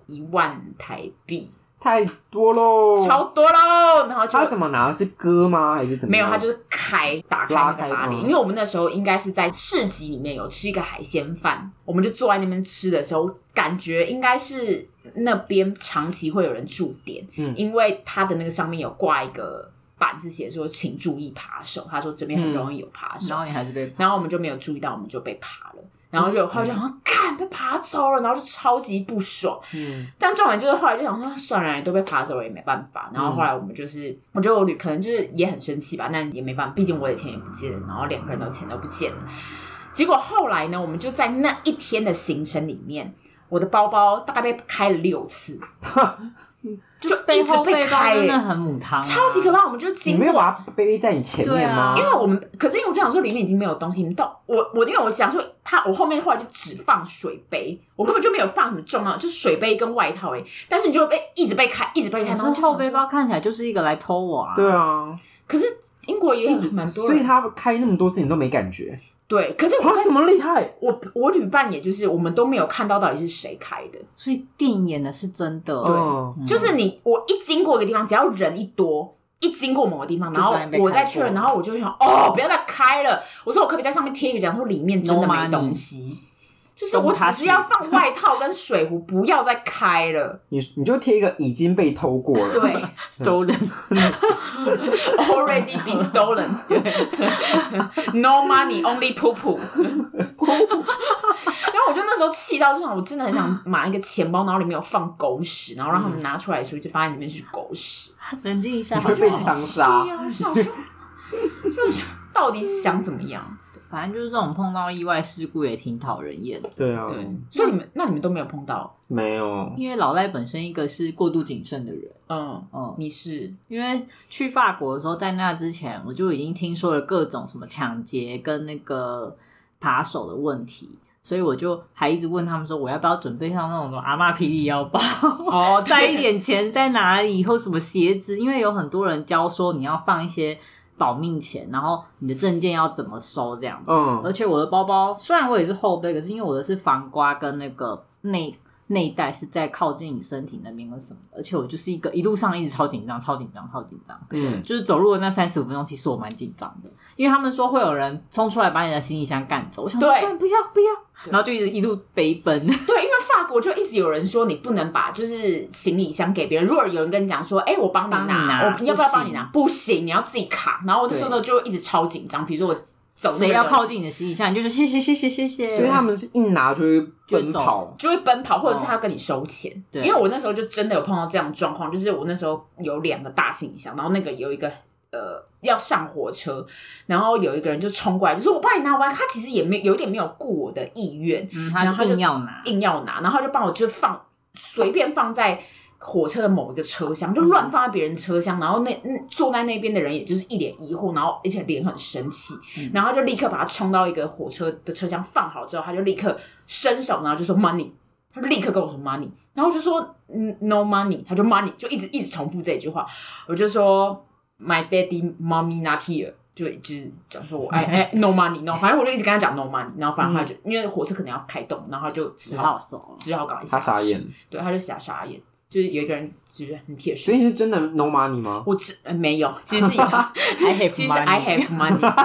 Speaker 1: 一万台币，
Speaker 2: 太多喽。
Speaker 1: 超多喽。然后就
Speaker 2: 他怎么拿？是割吗？还是怎么
Speaker 1: 没有，
Speaker 2: 样？
Speaker 1: 他就是开打开那个拉链，因为我们那时候应该是在市集里面有吃一个海鲜饭，我们就坐在那边吃的时候，感觉应该是那边长期会有人驻点，
Speaker 2: 嗯
Speaker 1: 因为他的那个上面有挂一个板是写说请注意扒手，他说这边很容易有扒手，
Speaker 3: 然后你还是被
Speaker 1: 然后我们就没有注意到，我们就被扒了。然后就后来就想，看被扒走了，然后就超级不爽。
Speaker 2: 嗯，
Speaker 1: 但重点就是后来就想说，算了，都被爬走了也没办法。然后后
Speaker 3: 嗯
Speaker 1: 来我们就是，我觉得我旅可能就是也很生气吧，但也没办法，毕竟我的钱也不见了，然后两个人的钱都不见了。结果后来呢，我们就在那一天的行程里面，我的包包大概被开了六次，就一
Speaker 3: 背
Speaker 1: 直
Speaker 3: 后
Speaker 1: 被
Speaker 3: 背
Speaker 1: 开、
Speaker 3: 包真的
Speaker 1: 欸，
Speaker 3: 很母汤、啊
Speaker 1: 超级可。怕。我们就
Speaker 2: 你
Speaker 1: 经
Speaker 2: 没有
Speaker 1: 过
Speaker 2: 把它背在你前面吗？
Speaker 3: 对
Speaker 1: 因
Speaker 3: 啊
Speaker 1: 为我们，可是因为我就想说里面已经没有东西，你到我我因为我想说他，我后面后来就只放水杯，我根本就没有放什么重要，就是水杯跟外套而已。但是你就会被一直被开，一直被开，然
Speaker 3: 可是
Speaker 1: 后就想
Speaker 3: 后背包
Speaker 1: 说。
Speaker 3: 看起来就是一个来偷我啊！
Speaker 2: 对啊，
Speaker 1: 可是英国也蛮多
Speaker 2: 所以
Speaker 1: 人，
Speaker 2: 他开那么多次你都没感觉，
Speaker 1: 对，可是我
Speaker 2: 他
Speaker 1: 跟
Speaker 2: 怎啊么厉害？
Speaker 1: 我我旅伴也就是我们都没有看到到底是谁开的，
Speaker 3: 所以电影演的是真的，
Speaker 2: 嗯，
Speaker 3: 嗯
Speaker 1: 就是你我一经过一个地方，只要人一多。一经过某个地方，
Speaker 3: 就
Speaker 1: 然后
Speaker 3: 不然被
Speaker 1: 我再
Speaker 3: 开过
Speaker 1: 确认，然后我就想，哦，不要再开了。我说我可不可以在上面贴一个讲说里面真的
Speaker 3: No
Speaker 1: 没
Speaker 3: money
Speaker 1: 东西，就是我
Speaker 3: Don't touch
Speaker 1: 只是要放外套跟水壶，不要再开 了。
Speaker 2: 你你就贴一个已经被偷过了，
Speaker 1: 对
Speaker 3: stolen，
Speaker 1: ，already been stolen 对 no money only poo poo。然后我就那时候气到，就想我真的很想买一个钱包，然后里面有放狗屎，然后让他们拿出来的时候，就发现里面是狗屎。
Speaker 3: 冷静一下，
Speaker 2: 你会被
Speaker 1: 好
Speaker 2: 枪
Speaker 1: 气
Speaker 2: 杀
Speaker 1: 啊！我想说，就是到底想怎么样？
Speaker 3: 反正就是这种碰到意外事故也挺讨人厌的，
Speaker 2: 对啊，
Speaker 1: 对，所以你们那你们都没有碰到，
Speaker 2: 没有，
Speaker 3: 因为老赖本身一个是过度谨慎的人，
Speaker 1: 嗯，
Speaker 3: 嗯，
Speaker 1: 你是
Speaker 3: 因为去法国的时候，在那之前我就已经听说了各种什么抢劫跟那个扒手的问题，所以我就还一直问他们说，我要不要准备像那种什么阿嬷霹雳腰包，
Speaker 1: 哦，
Speaker 3: 塞一点钱在哪里，或什么鞋子，因为有很多人教说你要放一些保命钱，然后你的证件要怎么收这样子。
Speaker 2: 嗯
Speaker 3: 而且我的包包虽然我也是后背，可是因为我的是防刮跟那个内内袋是在靠近你身体那边跟什么的，而且我就是一个一路上一直超紧张、超紧张、超紧张，
Speaker 2: 嗯，
Speaker 3: 就是走路的那三十五分钟，其实我蛮紧张的，因为他们说会有人冲出来把你的行李箱干走，我想说哎
Speaker 1: 对
Speaker 3: 干不要不要，
Speaker 1: 对
Speaker 3: 然后就一直一路飞 奔。
Speaker 1: 对，因为法国就一直有人说你不能把就是行李箱给别人，如果有人跟你讲说，哎、我帮你
Speaker 3: 帮你
Speaker 1: 拿，
Speaker 3: 拿
Speaker 1: 我要不要帮你拿？不行，你要自己扛。然后我那时候就一直超紧张，比如说我走那个
Speaker 3: 谁要靠近你的行李箱，你就是谢谢谢谢谢谢。
Speaker 2: 所以他们是一拿就会奔跑，
Speaker 1: 就会奔跑，或者是他跟你收钱。
Speaker 3: 对
Speaker 1: 因为我那时候就真的有碰到这样的状况，就是我那时候有两个大行李箱，然后那个有一个呃要上火车，然后有一个人就冲过来，就说我帮你拿完，他其实也没有点没有顾我的意愿，
Speaker 3: 嗯，
Speaker 1: 然后
Speaker 3: 他
Speaker 1: 他就
Speaker 3: 硬要拿，
Speaker 1: 硬要拿，然后他就帮我就放随便放在。火车的某一个车厢就乱放在别人车厢，然后那嗯坐在那边的人也就是一脸疑惑，然后而且脸很生气，
Speaker 3: 嗯
Speaker 1: 然后他就立刻把他冲到一个火车的车厢放好之后，他就立刻伸手，然后就说 money，他就立刻跟我说 money，然后我就说嗯 no money，他就 money 就一直一直重复这句话，我就说 my daddy mommy not here，就一直讲说我哎哎 no money no，反正我就一直跟他讲 no money，然后反正
Speaker 3: 嗯
Speaker 1: 他就、因为火车可能要开动，然后他就只
Speaker 3: 只
Speaker 1: 好
Speaker 3: 好手。
Speaker 1: 只好搞一下
Speaker 2: 他傻，眼，
Speaker 1: 对，他就傻傻眼，就是有一个人就是很铁
Speaker 2: 所以
Speaker 1: 石。
Speaker 2: 是真的 no money 吗？
Speaker 1: 我只、呃没有，其实是有，
Speaker 3: 嗯 I have
Speaker 1: 其实是 I have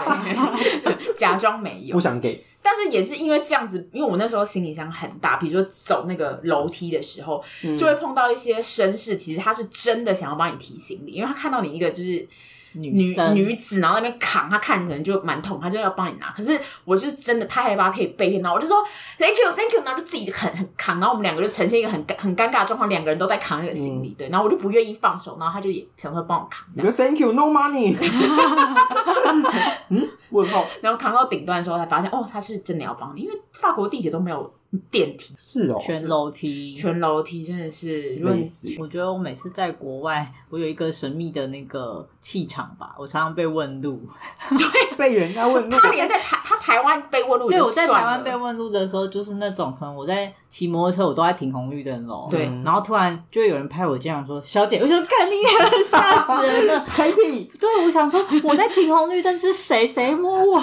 Speaker 1: money，对 假装没有
Speaker 2: 不。想给，
Speaker 1: 但是也是因为这样子，因为我那时候行李箱很大，比如说走那个楼梯的时候，
Speaker 2: 嗯
Speaker 1: 就会碰到一些绅士，其实他是真的想要帮你提行李，因为他看到你一个就是
Speaker 3: 女
Speaker 1: 嗯女
Speaker 3: 生
Speaker 1: 女子，然后在那边扛，他看你可能就蛮痛，他就要帮你拿。可是我就是真的太害怕被被骗到，我就说 thank you thank you，然后就自己就很很扛，然后我们两个就呈现一个很尴很尴尬的状况，两个人都在扛那个行
Speaker 3: 嗯
Speaker 1: 李，对，然后我就不愿意放手，然后他就也想说帮我扛，
Speaker 2: 你说 thank you no money，嗯，问号
Speaker 1: 然后扛到顶端的时候才发现，哦，他是真的要帮你，因为法国地铁都没有电梯，
Speaker 2: 是哦，
Speaker 3: 全楼梯。
Speaker 1: 全楼梯真的是，如果
Speaker 2: 累
Speaker 1: 你
Speaker 2: 死，
Speaker 3: 我觉得我每次在国外，我有一个神秘的那个气场吧，我常常被问路。
Speaker 2: 被人家问路，
Speaker 1: 他连在台他台湾被问路，
Speaker 3: 对，我在台湾被，问路的时候，就是那种可能我在骑摩托车，我都在停红绿灯喽。
Speaker 1: 对
Speaker 2: 嗯
Speaker 3: 然后突然就有人拍我肩膀说：“小姐。”我就说：“干你 娘，吓死人了！”
Speaker 2: 拍屁，
Speaker 3: 对，我想说我在停红绿灯是谁谁摸我？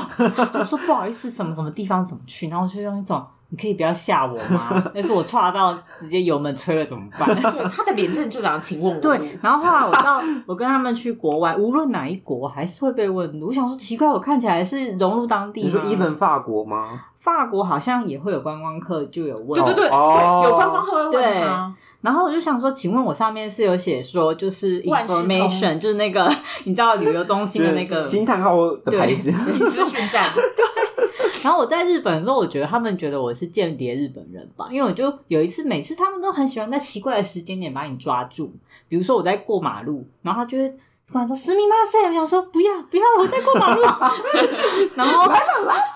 Speaker 3: 他说不好意思，什么什么地方怎么去？然后我就用一种你可以不要吓我吗？但是我岔到直接油门吹了怎么办？
Speaker 1: 对他的脸真的就长，请问我，
Speaker 3: 对，然后后来我到我跟他们去国外，无论哪一国，我还是会被问路。我想说奇怪，我看起来是融入当地吗。
Speaker 2: 你说 even 法国吗？
Speaker 3: 法国好像也会有观光客就有问，
Speaker 1: 对对对，
Speaker 2: 哦
Speaker 1: 会有观光客会问他，
Speaker 3: 然后我就想说，请问我上面是有写说就是
Speaker 1: 万事通
Speaker 3: information，就是那个 你知道旅游中心的那个
Speaker 2: 惊叹号的牌子，
Speaker 1: 资讯 站，
Speaker 3: 然后我在日本的时候，我觉得他们觉得我是间谍日本人吧，因为我就有一次，每次他们都很喜欢在奇怪的时间点把你抓住。比如说我在过马路，然后他就会突然说“死命马塞”，我想说不要不要，我在过马路。然后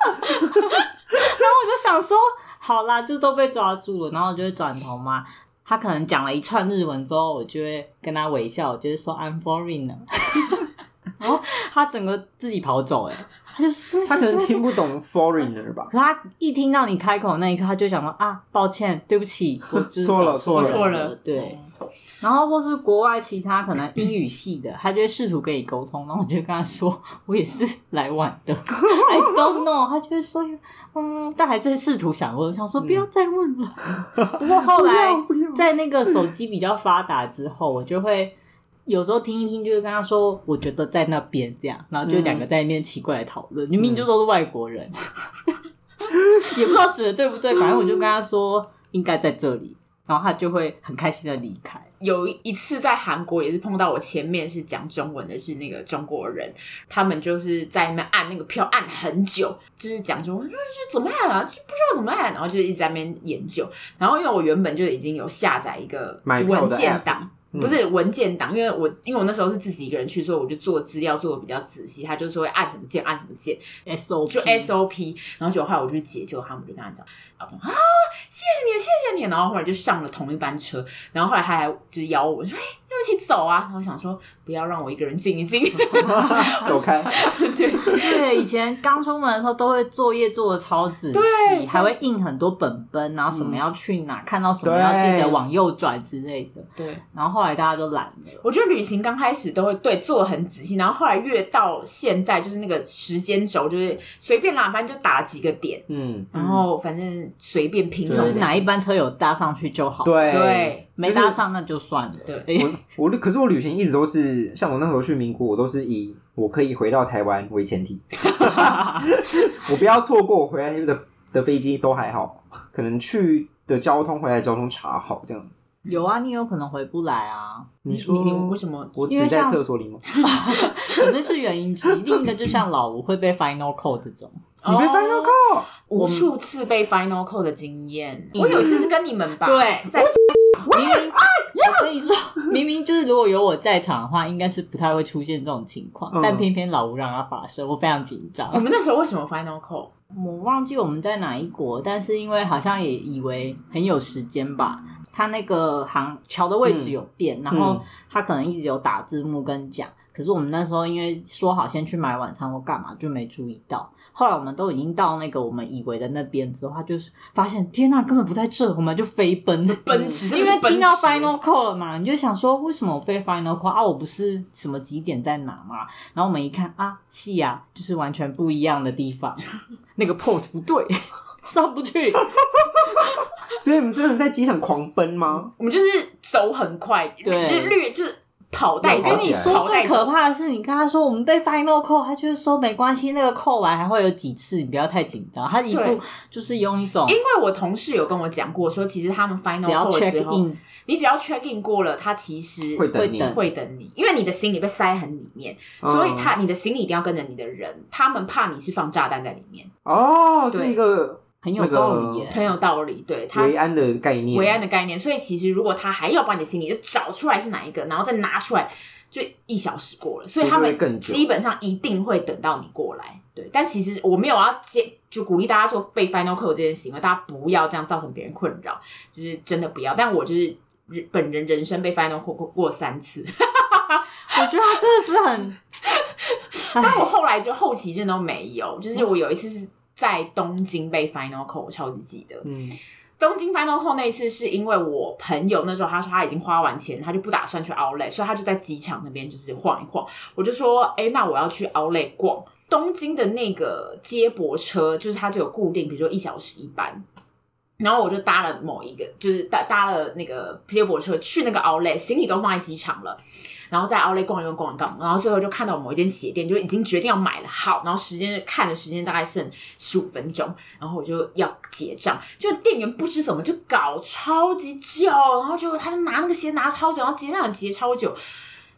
Speaker 3: 然后我就想说，好啦，就都被抓住了，然后我就会转头嘛。他可能讲了一串日文之后，我就会跟他微笑，我就会说 “I'm foreigner”。然后他整个自己跑走、欸，哎，他就什么
Speaker 2: 他可
Speaker 3: 什
Speaker 2: 能
Speaker 3: 么什么
Speaker 2: 听不懂 foreigner 吧？
Speaker 3: 可他一听到你开口那一刻，他就想说啊，抱歉，对不起，我就是
Speaker 2: 错了
Speaker 3: 搞
Speaker 2: 错了
Speaker 1: 错了
Speaker 3: 对。然后或是国外其他可能英语系的，他就会试图跟你沟通，然后我就跟他说，我也是来晚的，I don't know。他就会说，嗯，但还是试图想问，我想说不要再 问了。不过后来
Speaker 2: 不要不要
Speaker 3: 在那个手机比较发达之后，我就会。有时候听一听，就会跟他说，我觉得在那边这样，然后就两个在那边奇怪的讨论，
Speaker 1: 嗯
Speaker 3: 明明就都是外国人， 也不知道指的对不对，反正我就跟他说应该在这里，然后他就会很开心的离开。
Speaker 1: 有一次在韩国也是碰到我前面是讲中文的是那个中国人，他们就是在那边按那个票按很久，就是讲中文，就是怎么按啊，就不知道怎么按，然后就一直在那边研究。然后因为我原本就已经有下载一个
Speaker 2: 买票的
Speaker 1: 文件
Speaker 2: app 嗯
Speaker 1: 档，不是文件档，因为我因为我那时候是自己一个人去，所以我就做资料做的比较仔细。他就说哎按什么键按什么键，
Speaker 3: SOP
Speaker 1: 就 SOP，然后结果后来我就去解，结果他们就跟他讲，然后说啊，谢谢你，谢谢你，然后后来就上了同一班车，然后后来他还就是邀我说，哎、要不要一起走啊？然后我想说不要让我一个人静一静，
Speaker 2: 走开，
Speaker 1: 对，
Speaker 3: 对，以前刚出门的时候都会作业做的超仔
Speaker 1: 对嗯
Speaker 3: 细，还会印很多本本，然后什么要去哪，看到什么要记
Speaker 2: 对
Speaker 3: 得往右转之类的。
Speaker 1: 对
Speaker 3: 然后后来大家都懒了，
Speaker 1: 我觉得旅行刚开始都会对做得很仔细，然后后来越到现在就是那个时间轴，就是随便啦，反正就打了几个点，
Speaker 2: 嗯，
Speaker 1: 然后反正随便拼
Speaker 2: 就
Speaker 3: 就是
Speaker 1: 凑
Speaker 3: 哪一班车有搭上去就好，，
Speaker 2: 对
Speaker 1: 对
Speaker 3: 没搭上那就算了。
Speaker 1: 对
Speaker 3: 诶，
Speaker 2: 我我可是我旅行一直都是，像我那时候去民国，我都是以我可以回到台湾为 前提，我不要错过我回来的的飞机都还好，可能去的交通回来的交通查好这样。
Speaker 3: 有啊，你有可能回不来啊，
Speaker 2: 你说
Speaker 1: 你你为什么
Speaker 2: 我死
Speaker 3: 因为
Speaker 2: 在
Speaker 3: 像
Speaker 2: 厕所里吗？
Speaker 3: 可能是原因之一。另一个就像老吴会被 final call 这种，
Speaker 2: 你被 final
Speaker 1: 哦
Speaker 2: call，
Speaker 1: 无数次被 final call 的经验，
Speaker 3: 嗯
Speaker 1: 我有一次是跟你们吧，
Speaker 3: 对
Speaker 1: 在
Speaker 3: 明明我跟你说，明明就是如果有我在场的话，应该是不太会出现这种情况，
Speaker 2: 嗯
Speaker 3: 但偏偏老吴让它发生，我非常紧张
Speaker 1: 我。们那时候为什么 final call？
Speaker 3: 我忘记我们在哪一国，但是因为好像也以为很有时间吧，他那个航桥的位置有变，然后他可能一直有打字幕跟讲，可是我们那时候因为说好先去买晚餐或干嘛，就没注意到。后来我们都已经到那个我们以为的那边之后，他就是发现天啊呐、根本不在这，我们就飞奔
Speaker 1: 奔驰
Speaker 3: 嗯
Speaker 1: 真
Speaker 3: 因
Speaker 1: 的是
Speaker 3: 为
Speaker 1: 奔驰
Speaker 3: 听到 final call 了嘛，你就想说为什么我飞 final call 啊？我不是什么几点在哪嘛？然后我们一看啊，是呀、就是完全不一样的地方， 那个 port 不对，上 不去。
Speaker 2: 所以你们真的在机场狂奔吗？
Speaker 1: 我们就是走很快，
Speaker 3: 对
Speaker 1: 就是略就是跑带
Speaker 2: 我
Speaker 1: 走，
Speaker 2: 跟你说
Speaker 1: 跑带
Speaker 3: 最
Speaker 1: 走
Speaker 3: 可怕的是，你跟他说我们被 final 扣，他就是说没关系，那个扣完还会有几次，你不要太紧张。他一
Speaker 1: 对
Speaker 3: 副就是用一种
Speaker 1: 因为我同事有跟我讲过，说其实他们 final
Speaker 3: 只要
Speaker 1: call 了
Speaker 3: check
Speaker 1: 之后，
Speaker 3: in
Speaker 1: 你只要 check in 过了，他其实
Speaker 2: 会等
Speaker 3: 会
Speaker 2: 你，
Speaker 3: 等
Speaker 1: 会等你，因为你的行李被塞很里面，
Speaker 2: 嗯
Speaker 1: 所以他你的行李一定要跟着你的人，他们怕你是放炸弹在里面，
Speaker 2: 哦，
Speaker 1: 对
Speaker 2: 是一个
Speaker 3: 很有道理耶、
Speaker 1: 很有道理。对他
Speaker 2: 维安的概念，
Speaker 1: 维安的概念，所以其实如果他还要把你的行李就找出来是哪一个，然后再拿出来，就一小时过了，所以他
Speaker 2: 就是会更
Speaker 1: 们
Speaker 2: 久
Speaker 1: 基本上一定会等到你过来。对，但其实我没有要接，就鼓励大家做被 final call 这件行为，大家不要这样造成别人困扰，就是真的不要。但我就是人本人人生被 final call 过过三 次，
Speaker 3: 我觉得他真的是很，
Speaker 1: 但我后来就后期真的都没有，就是我有一次是在东京被 final call，我超级记得。
Speaker 2: 嗯，
Speaker 1: 东京 final call 那一次是因为我朋友那时候他说他已经花完钱，他就不打算去 Outlet，所以他就在机场那边就是晃一晃。我就说，哎、那我要去 Outlet 逛。东京的那个接驳车就是它只有固定，比如说一小时一班。然后我就搭了某一个，就是搭搭了那个接驳车去那个 Outlet，行李都放在机场了。然后在 Outlet 逛一逛逛一逛，然后最后就看到某一间鞋店，就已经决定要买了。好，然后时间看的时间大概剩十五分钟，然后我就要结账，就店员不知怎么就搞超级久，然后结果他就拿那个鞋拿超久，然后结账也结超久。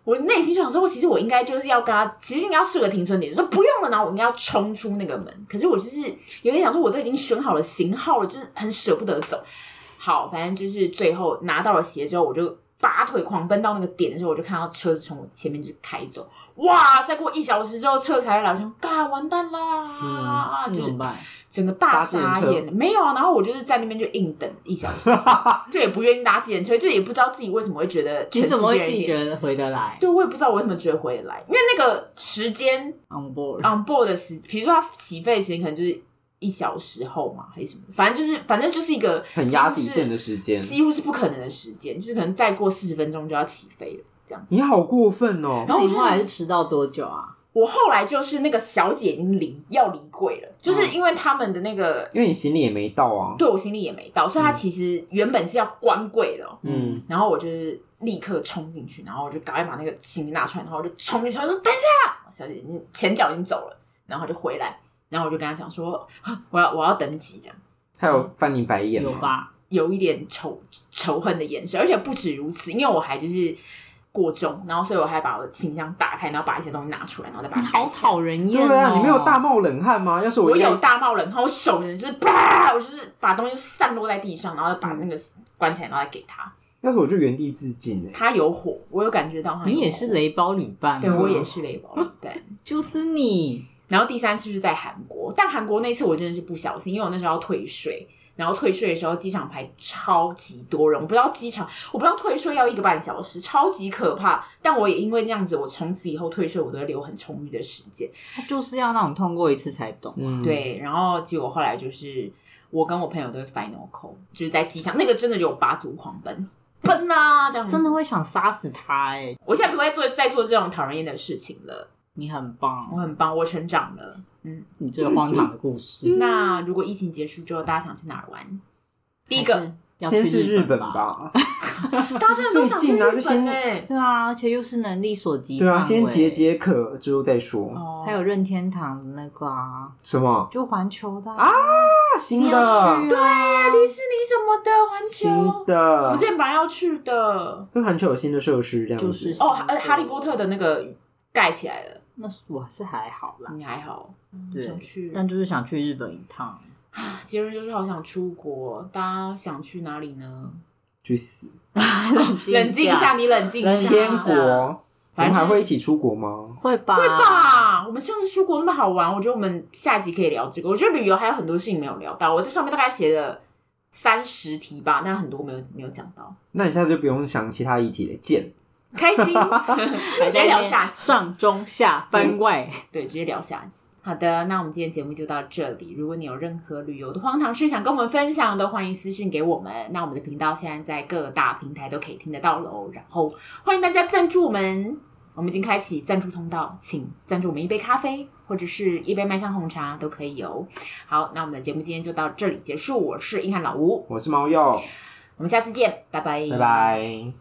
Speaker 1: 我内心就想说，我其实我应该就是要跟他，其实应该要设个停损点，就说不用了，然后我应该要冲出那个门。可是我就是有点想说，我都已经选好了型号了，就是很舍不得走。好，反正就是最后拿到了鞋之后，我就拔腿狂奔到那个点的时候，我就看到车子从我前面就开走。哇！再过一小时之后，车才来，我想，嘎，完蛋啦！
Speaker 3: 啊那
Speaker 1: 就
Speaker 3: 怎
Speaker 1: 是
Speaker 3: 么办？
Speaker 1: 整个大
Speaker 2: 搭计程
Speaker 1: 傻
Speaker 2: 车
Speaker 1: 眼，没有啊。然后我就是在那边就硬等一小 时，就也不愿意搭计程车，就也不知道自己为什么会觉得
Speaker 3: 你
Speaker 1: 全
Speaker 3: 怎
Speaker 1: 世
Speaker 3: 么
Speaker 1: 界
Speaker 3: 会
Speaker 1: 人
Speaker 3: 自
Speaker 1: 一
Speaker 3: 己
Speaker 1: 点
Speaker 3: 觉得回得来
Speaker 1: 对，我也不知道我为什么觉得回来，因为那个时间
Speaker 3: ？On board，、
Speaker 1: on board 的时，比如说它起飞的时间可能就是一小时后嘛，还是什么，反正就是反正就是一个
Speaker 2: 很
Speaker 1: 几乎
Speaker 2: 压底
Speaker 1: 是
Speaker 2: 线的时间，
Speaker 1: 几乎是不可能的时间，就是可能再过四十分钟就要起飞了。这样。
Speaker 2: 你好过分哦，
Speaker 3: 然后
Speaker 1: 我
Speaker 3: 你
Speaker 1: 就
Speaker 3: 后来是迟到多久啊？
Speaker 1: 我后来就是那个小姐已经离要离柜
Speaker 2: 嗯
Speaker 1: 了，就是因为他们的那个
Speaker 2: 因为你行李也没到啊，
Speaker 1: 对我行李也没到，所以她其实原本是要关柜的哦、
Speaker 2: 嗯，
Speaker 1: 然后我就是立刻冲进去，然后我就赶快把那个行李拿出来，然后我就冲进去，我说等一下，小姐已经前脚已经走了，然后她就回来，然后我就跟她讲说，啊我要我要等几这样，
Speaker 2: 他有翻你白眼
Speaker 3: 有
Speaker 2: 吗？
Speaker 3: 吧？
Speaker 1: 有一点仇仇恨的眼神，而且不止如此，因为我还就是过重，然后所以我还把我的行李箱打开，然后把一些东西拿出来，然后再把
Speaker 3: 你
Speaker 1: 它
Speaker 3: 嗯好
Speaker 1: 盖起来
Speaker 3: 讨人厌、
Speaker 2: 对
Speaker 3: 哦！
Speaker 2: 啊，你没有大冒冷汗吗？要是
Speaker 1: 我
Speaker 2: 应该
Speaker 1: 有大冒冷汗，我
Speaker 3: 嗯
Speaker 1: 手人就是啪，我就是把东西散落在地上，然后把那个关起来，然后再给他。
Speaker 2: 要是我就原地自尽哎、
Speaker 1: 他有火，我有感觉到他有
Speaker 3: 你也是
Speaker 1: 火，
Speaker 3: 雷包旅伴、啊，
Speaker 1: 对我也是雷暴旅伴。
Speaker 3: 就是你，
Speaker 1: 然后第三次是在韩国，但韩国那次我真的是不小心，因为我那时候要退税，然后退税的时候机场排超级多人，我不知道机场，我不知道退税要一个半小时，超级可怕。但我也因为那样子，我从此以后退税我都会留很充裕的时间。
Speaker 3: 他就是要那种通过一次才懂。
Speaker 2: 嗯，，
Speaker 1: 对，然后结果后来就是我跟我朋友都会 final call，就是在机场那个真的有八足狂奔。奔啊，
Speaker 2: 嗯
Speaker 1: 这样子
Speaker 3: 真的。会想杀死他哎、
Speaker 1: 我现在不会做再做这种讨人厌的事情了，
Speaker 3: 你很
Speaker 1: 我
Speaker 3: 棒，
Speaker 1: 很棒，我成长了。嗯，
Speaker 3: 你这个荒唐的故
Speaker 2: 嗯
Speaker 3: 事。
Speaker 1: 那如果疫情结束之后，大家想去哪儿玩？第一
Speaker 3: 还
Speaker 1: 个
Speaker 3: 是，要去
Speaker 2: 先是日
Speaker 3: 本
Speaker 2: 本。吧，
Speaker 1: 大家真的都想去日
Speaker 2: 最近啊就
Speaker 1: 本欸
Speaker 2: 先
Speaker 1: 呢、
Speaker 3: 对啊，而且又是能力所及
Speaker 2: 对啊，
Speaker 3: 范
Speaker 2: 先
Speaker 3: 围
Speaker 2: 解，解渴之后再说。
Speaker 1: 哦，
Speaker 3: 还有任天堂的那个啊，
Speaker 2: 什么
Speaker 3: 就环球的
Speaker 2: 啊，新的
Speaker 3: 对啊，
Speaker 1: 迪士尼什么的环
Speaker 2: 新
Speaker 1: 球，
Speaker 2: 的
Speaker 1: 我之？前本来要去的。
Speaker 2: 跟环球有新的设施这样子，
Speaker 3: 就是
Speaker 1: 哦，哈呃哈利波特的那个盖起来了，
Speaker 3: 那是我是还好啦，
Speaker 1: 你还好？
Speaker 3: 对
Speaker 1: 想去。
Speaker 3: 但就是想去日本一趟。
Speaker 1: 结论就是好想出国，大家想去哪里呢？
Speaker 2: 去死！
Speaker 1: 冷静一下，，你冷静一
Speaker 3: 冷
Speaker 1: 下。
Speaker 3: 静一
Speaker 2: 天
Speaker 3: 下
Speaker 2: 国，我
Speaker 1: 哦反
Speaker 2: 们
Speaker 1: 正就
Speaker 2: 还
Speaker 1: 是
Speaker 2: 会一起出国吗？
Speaker 3: 会吧？
Speaker 1: 会？吧？我们上次出国那么好玩，我觉得我们下集可以聊这个。我觉得旅游还有很多事情没有聊到，我在上面大概写了三十题吧，但很多没有没有讲到。
Speaker 2: 那你现在就不用想其他议题了，贱！
Speaker 1: 开 心，
Speaker 3: 还
Speaker 1: 直
Speaker 3: 在
Speaker 1: 接
Speaker 3: 那
Speaker 1: 聊
Speaker 3: 边
Speaker 1: 下集。
Speaker 3: 上中下番外。
Speaker 1: 对，直接聊下集。好的，那我们今天节目就到这里。如果你有任何旅游的荒唐事想跟我们分享的，欢迎私讯给我们。那我们的频道现在在各大平台都可以听得到喽。然后欢迎大家赞助我们，我们已经开启赞助通道，请赞助我们一杯咖啡或者是一杯麦香红茶都可以哦。好，那我们的节目今天就到这里结束。我是硬汉老吴，
Speaker 2: 我是猫鼬，
Speaker 1: 我们下次见，拜拜，
Speaker 2: 拜拜。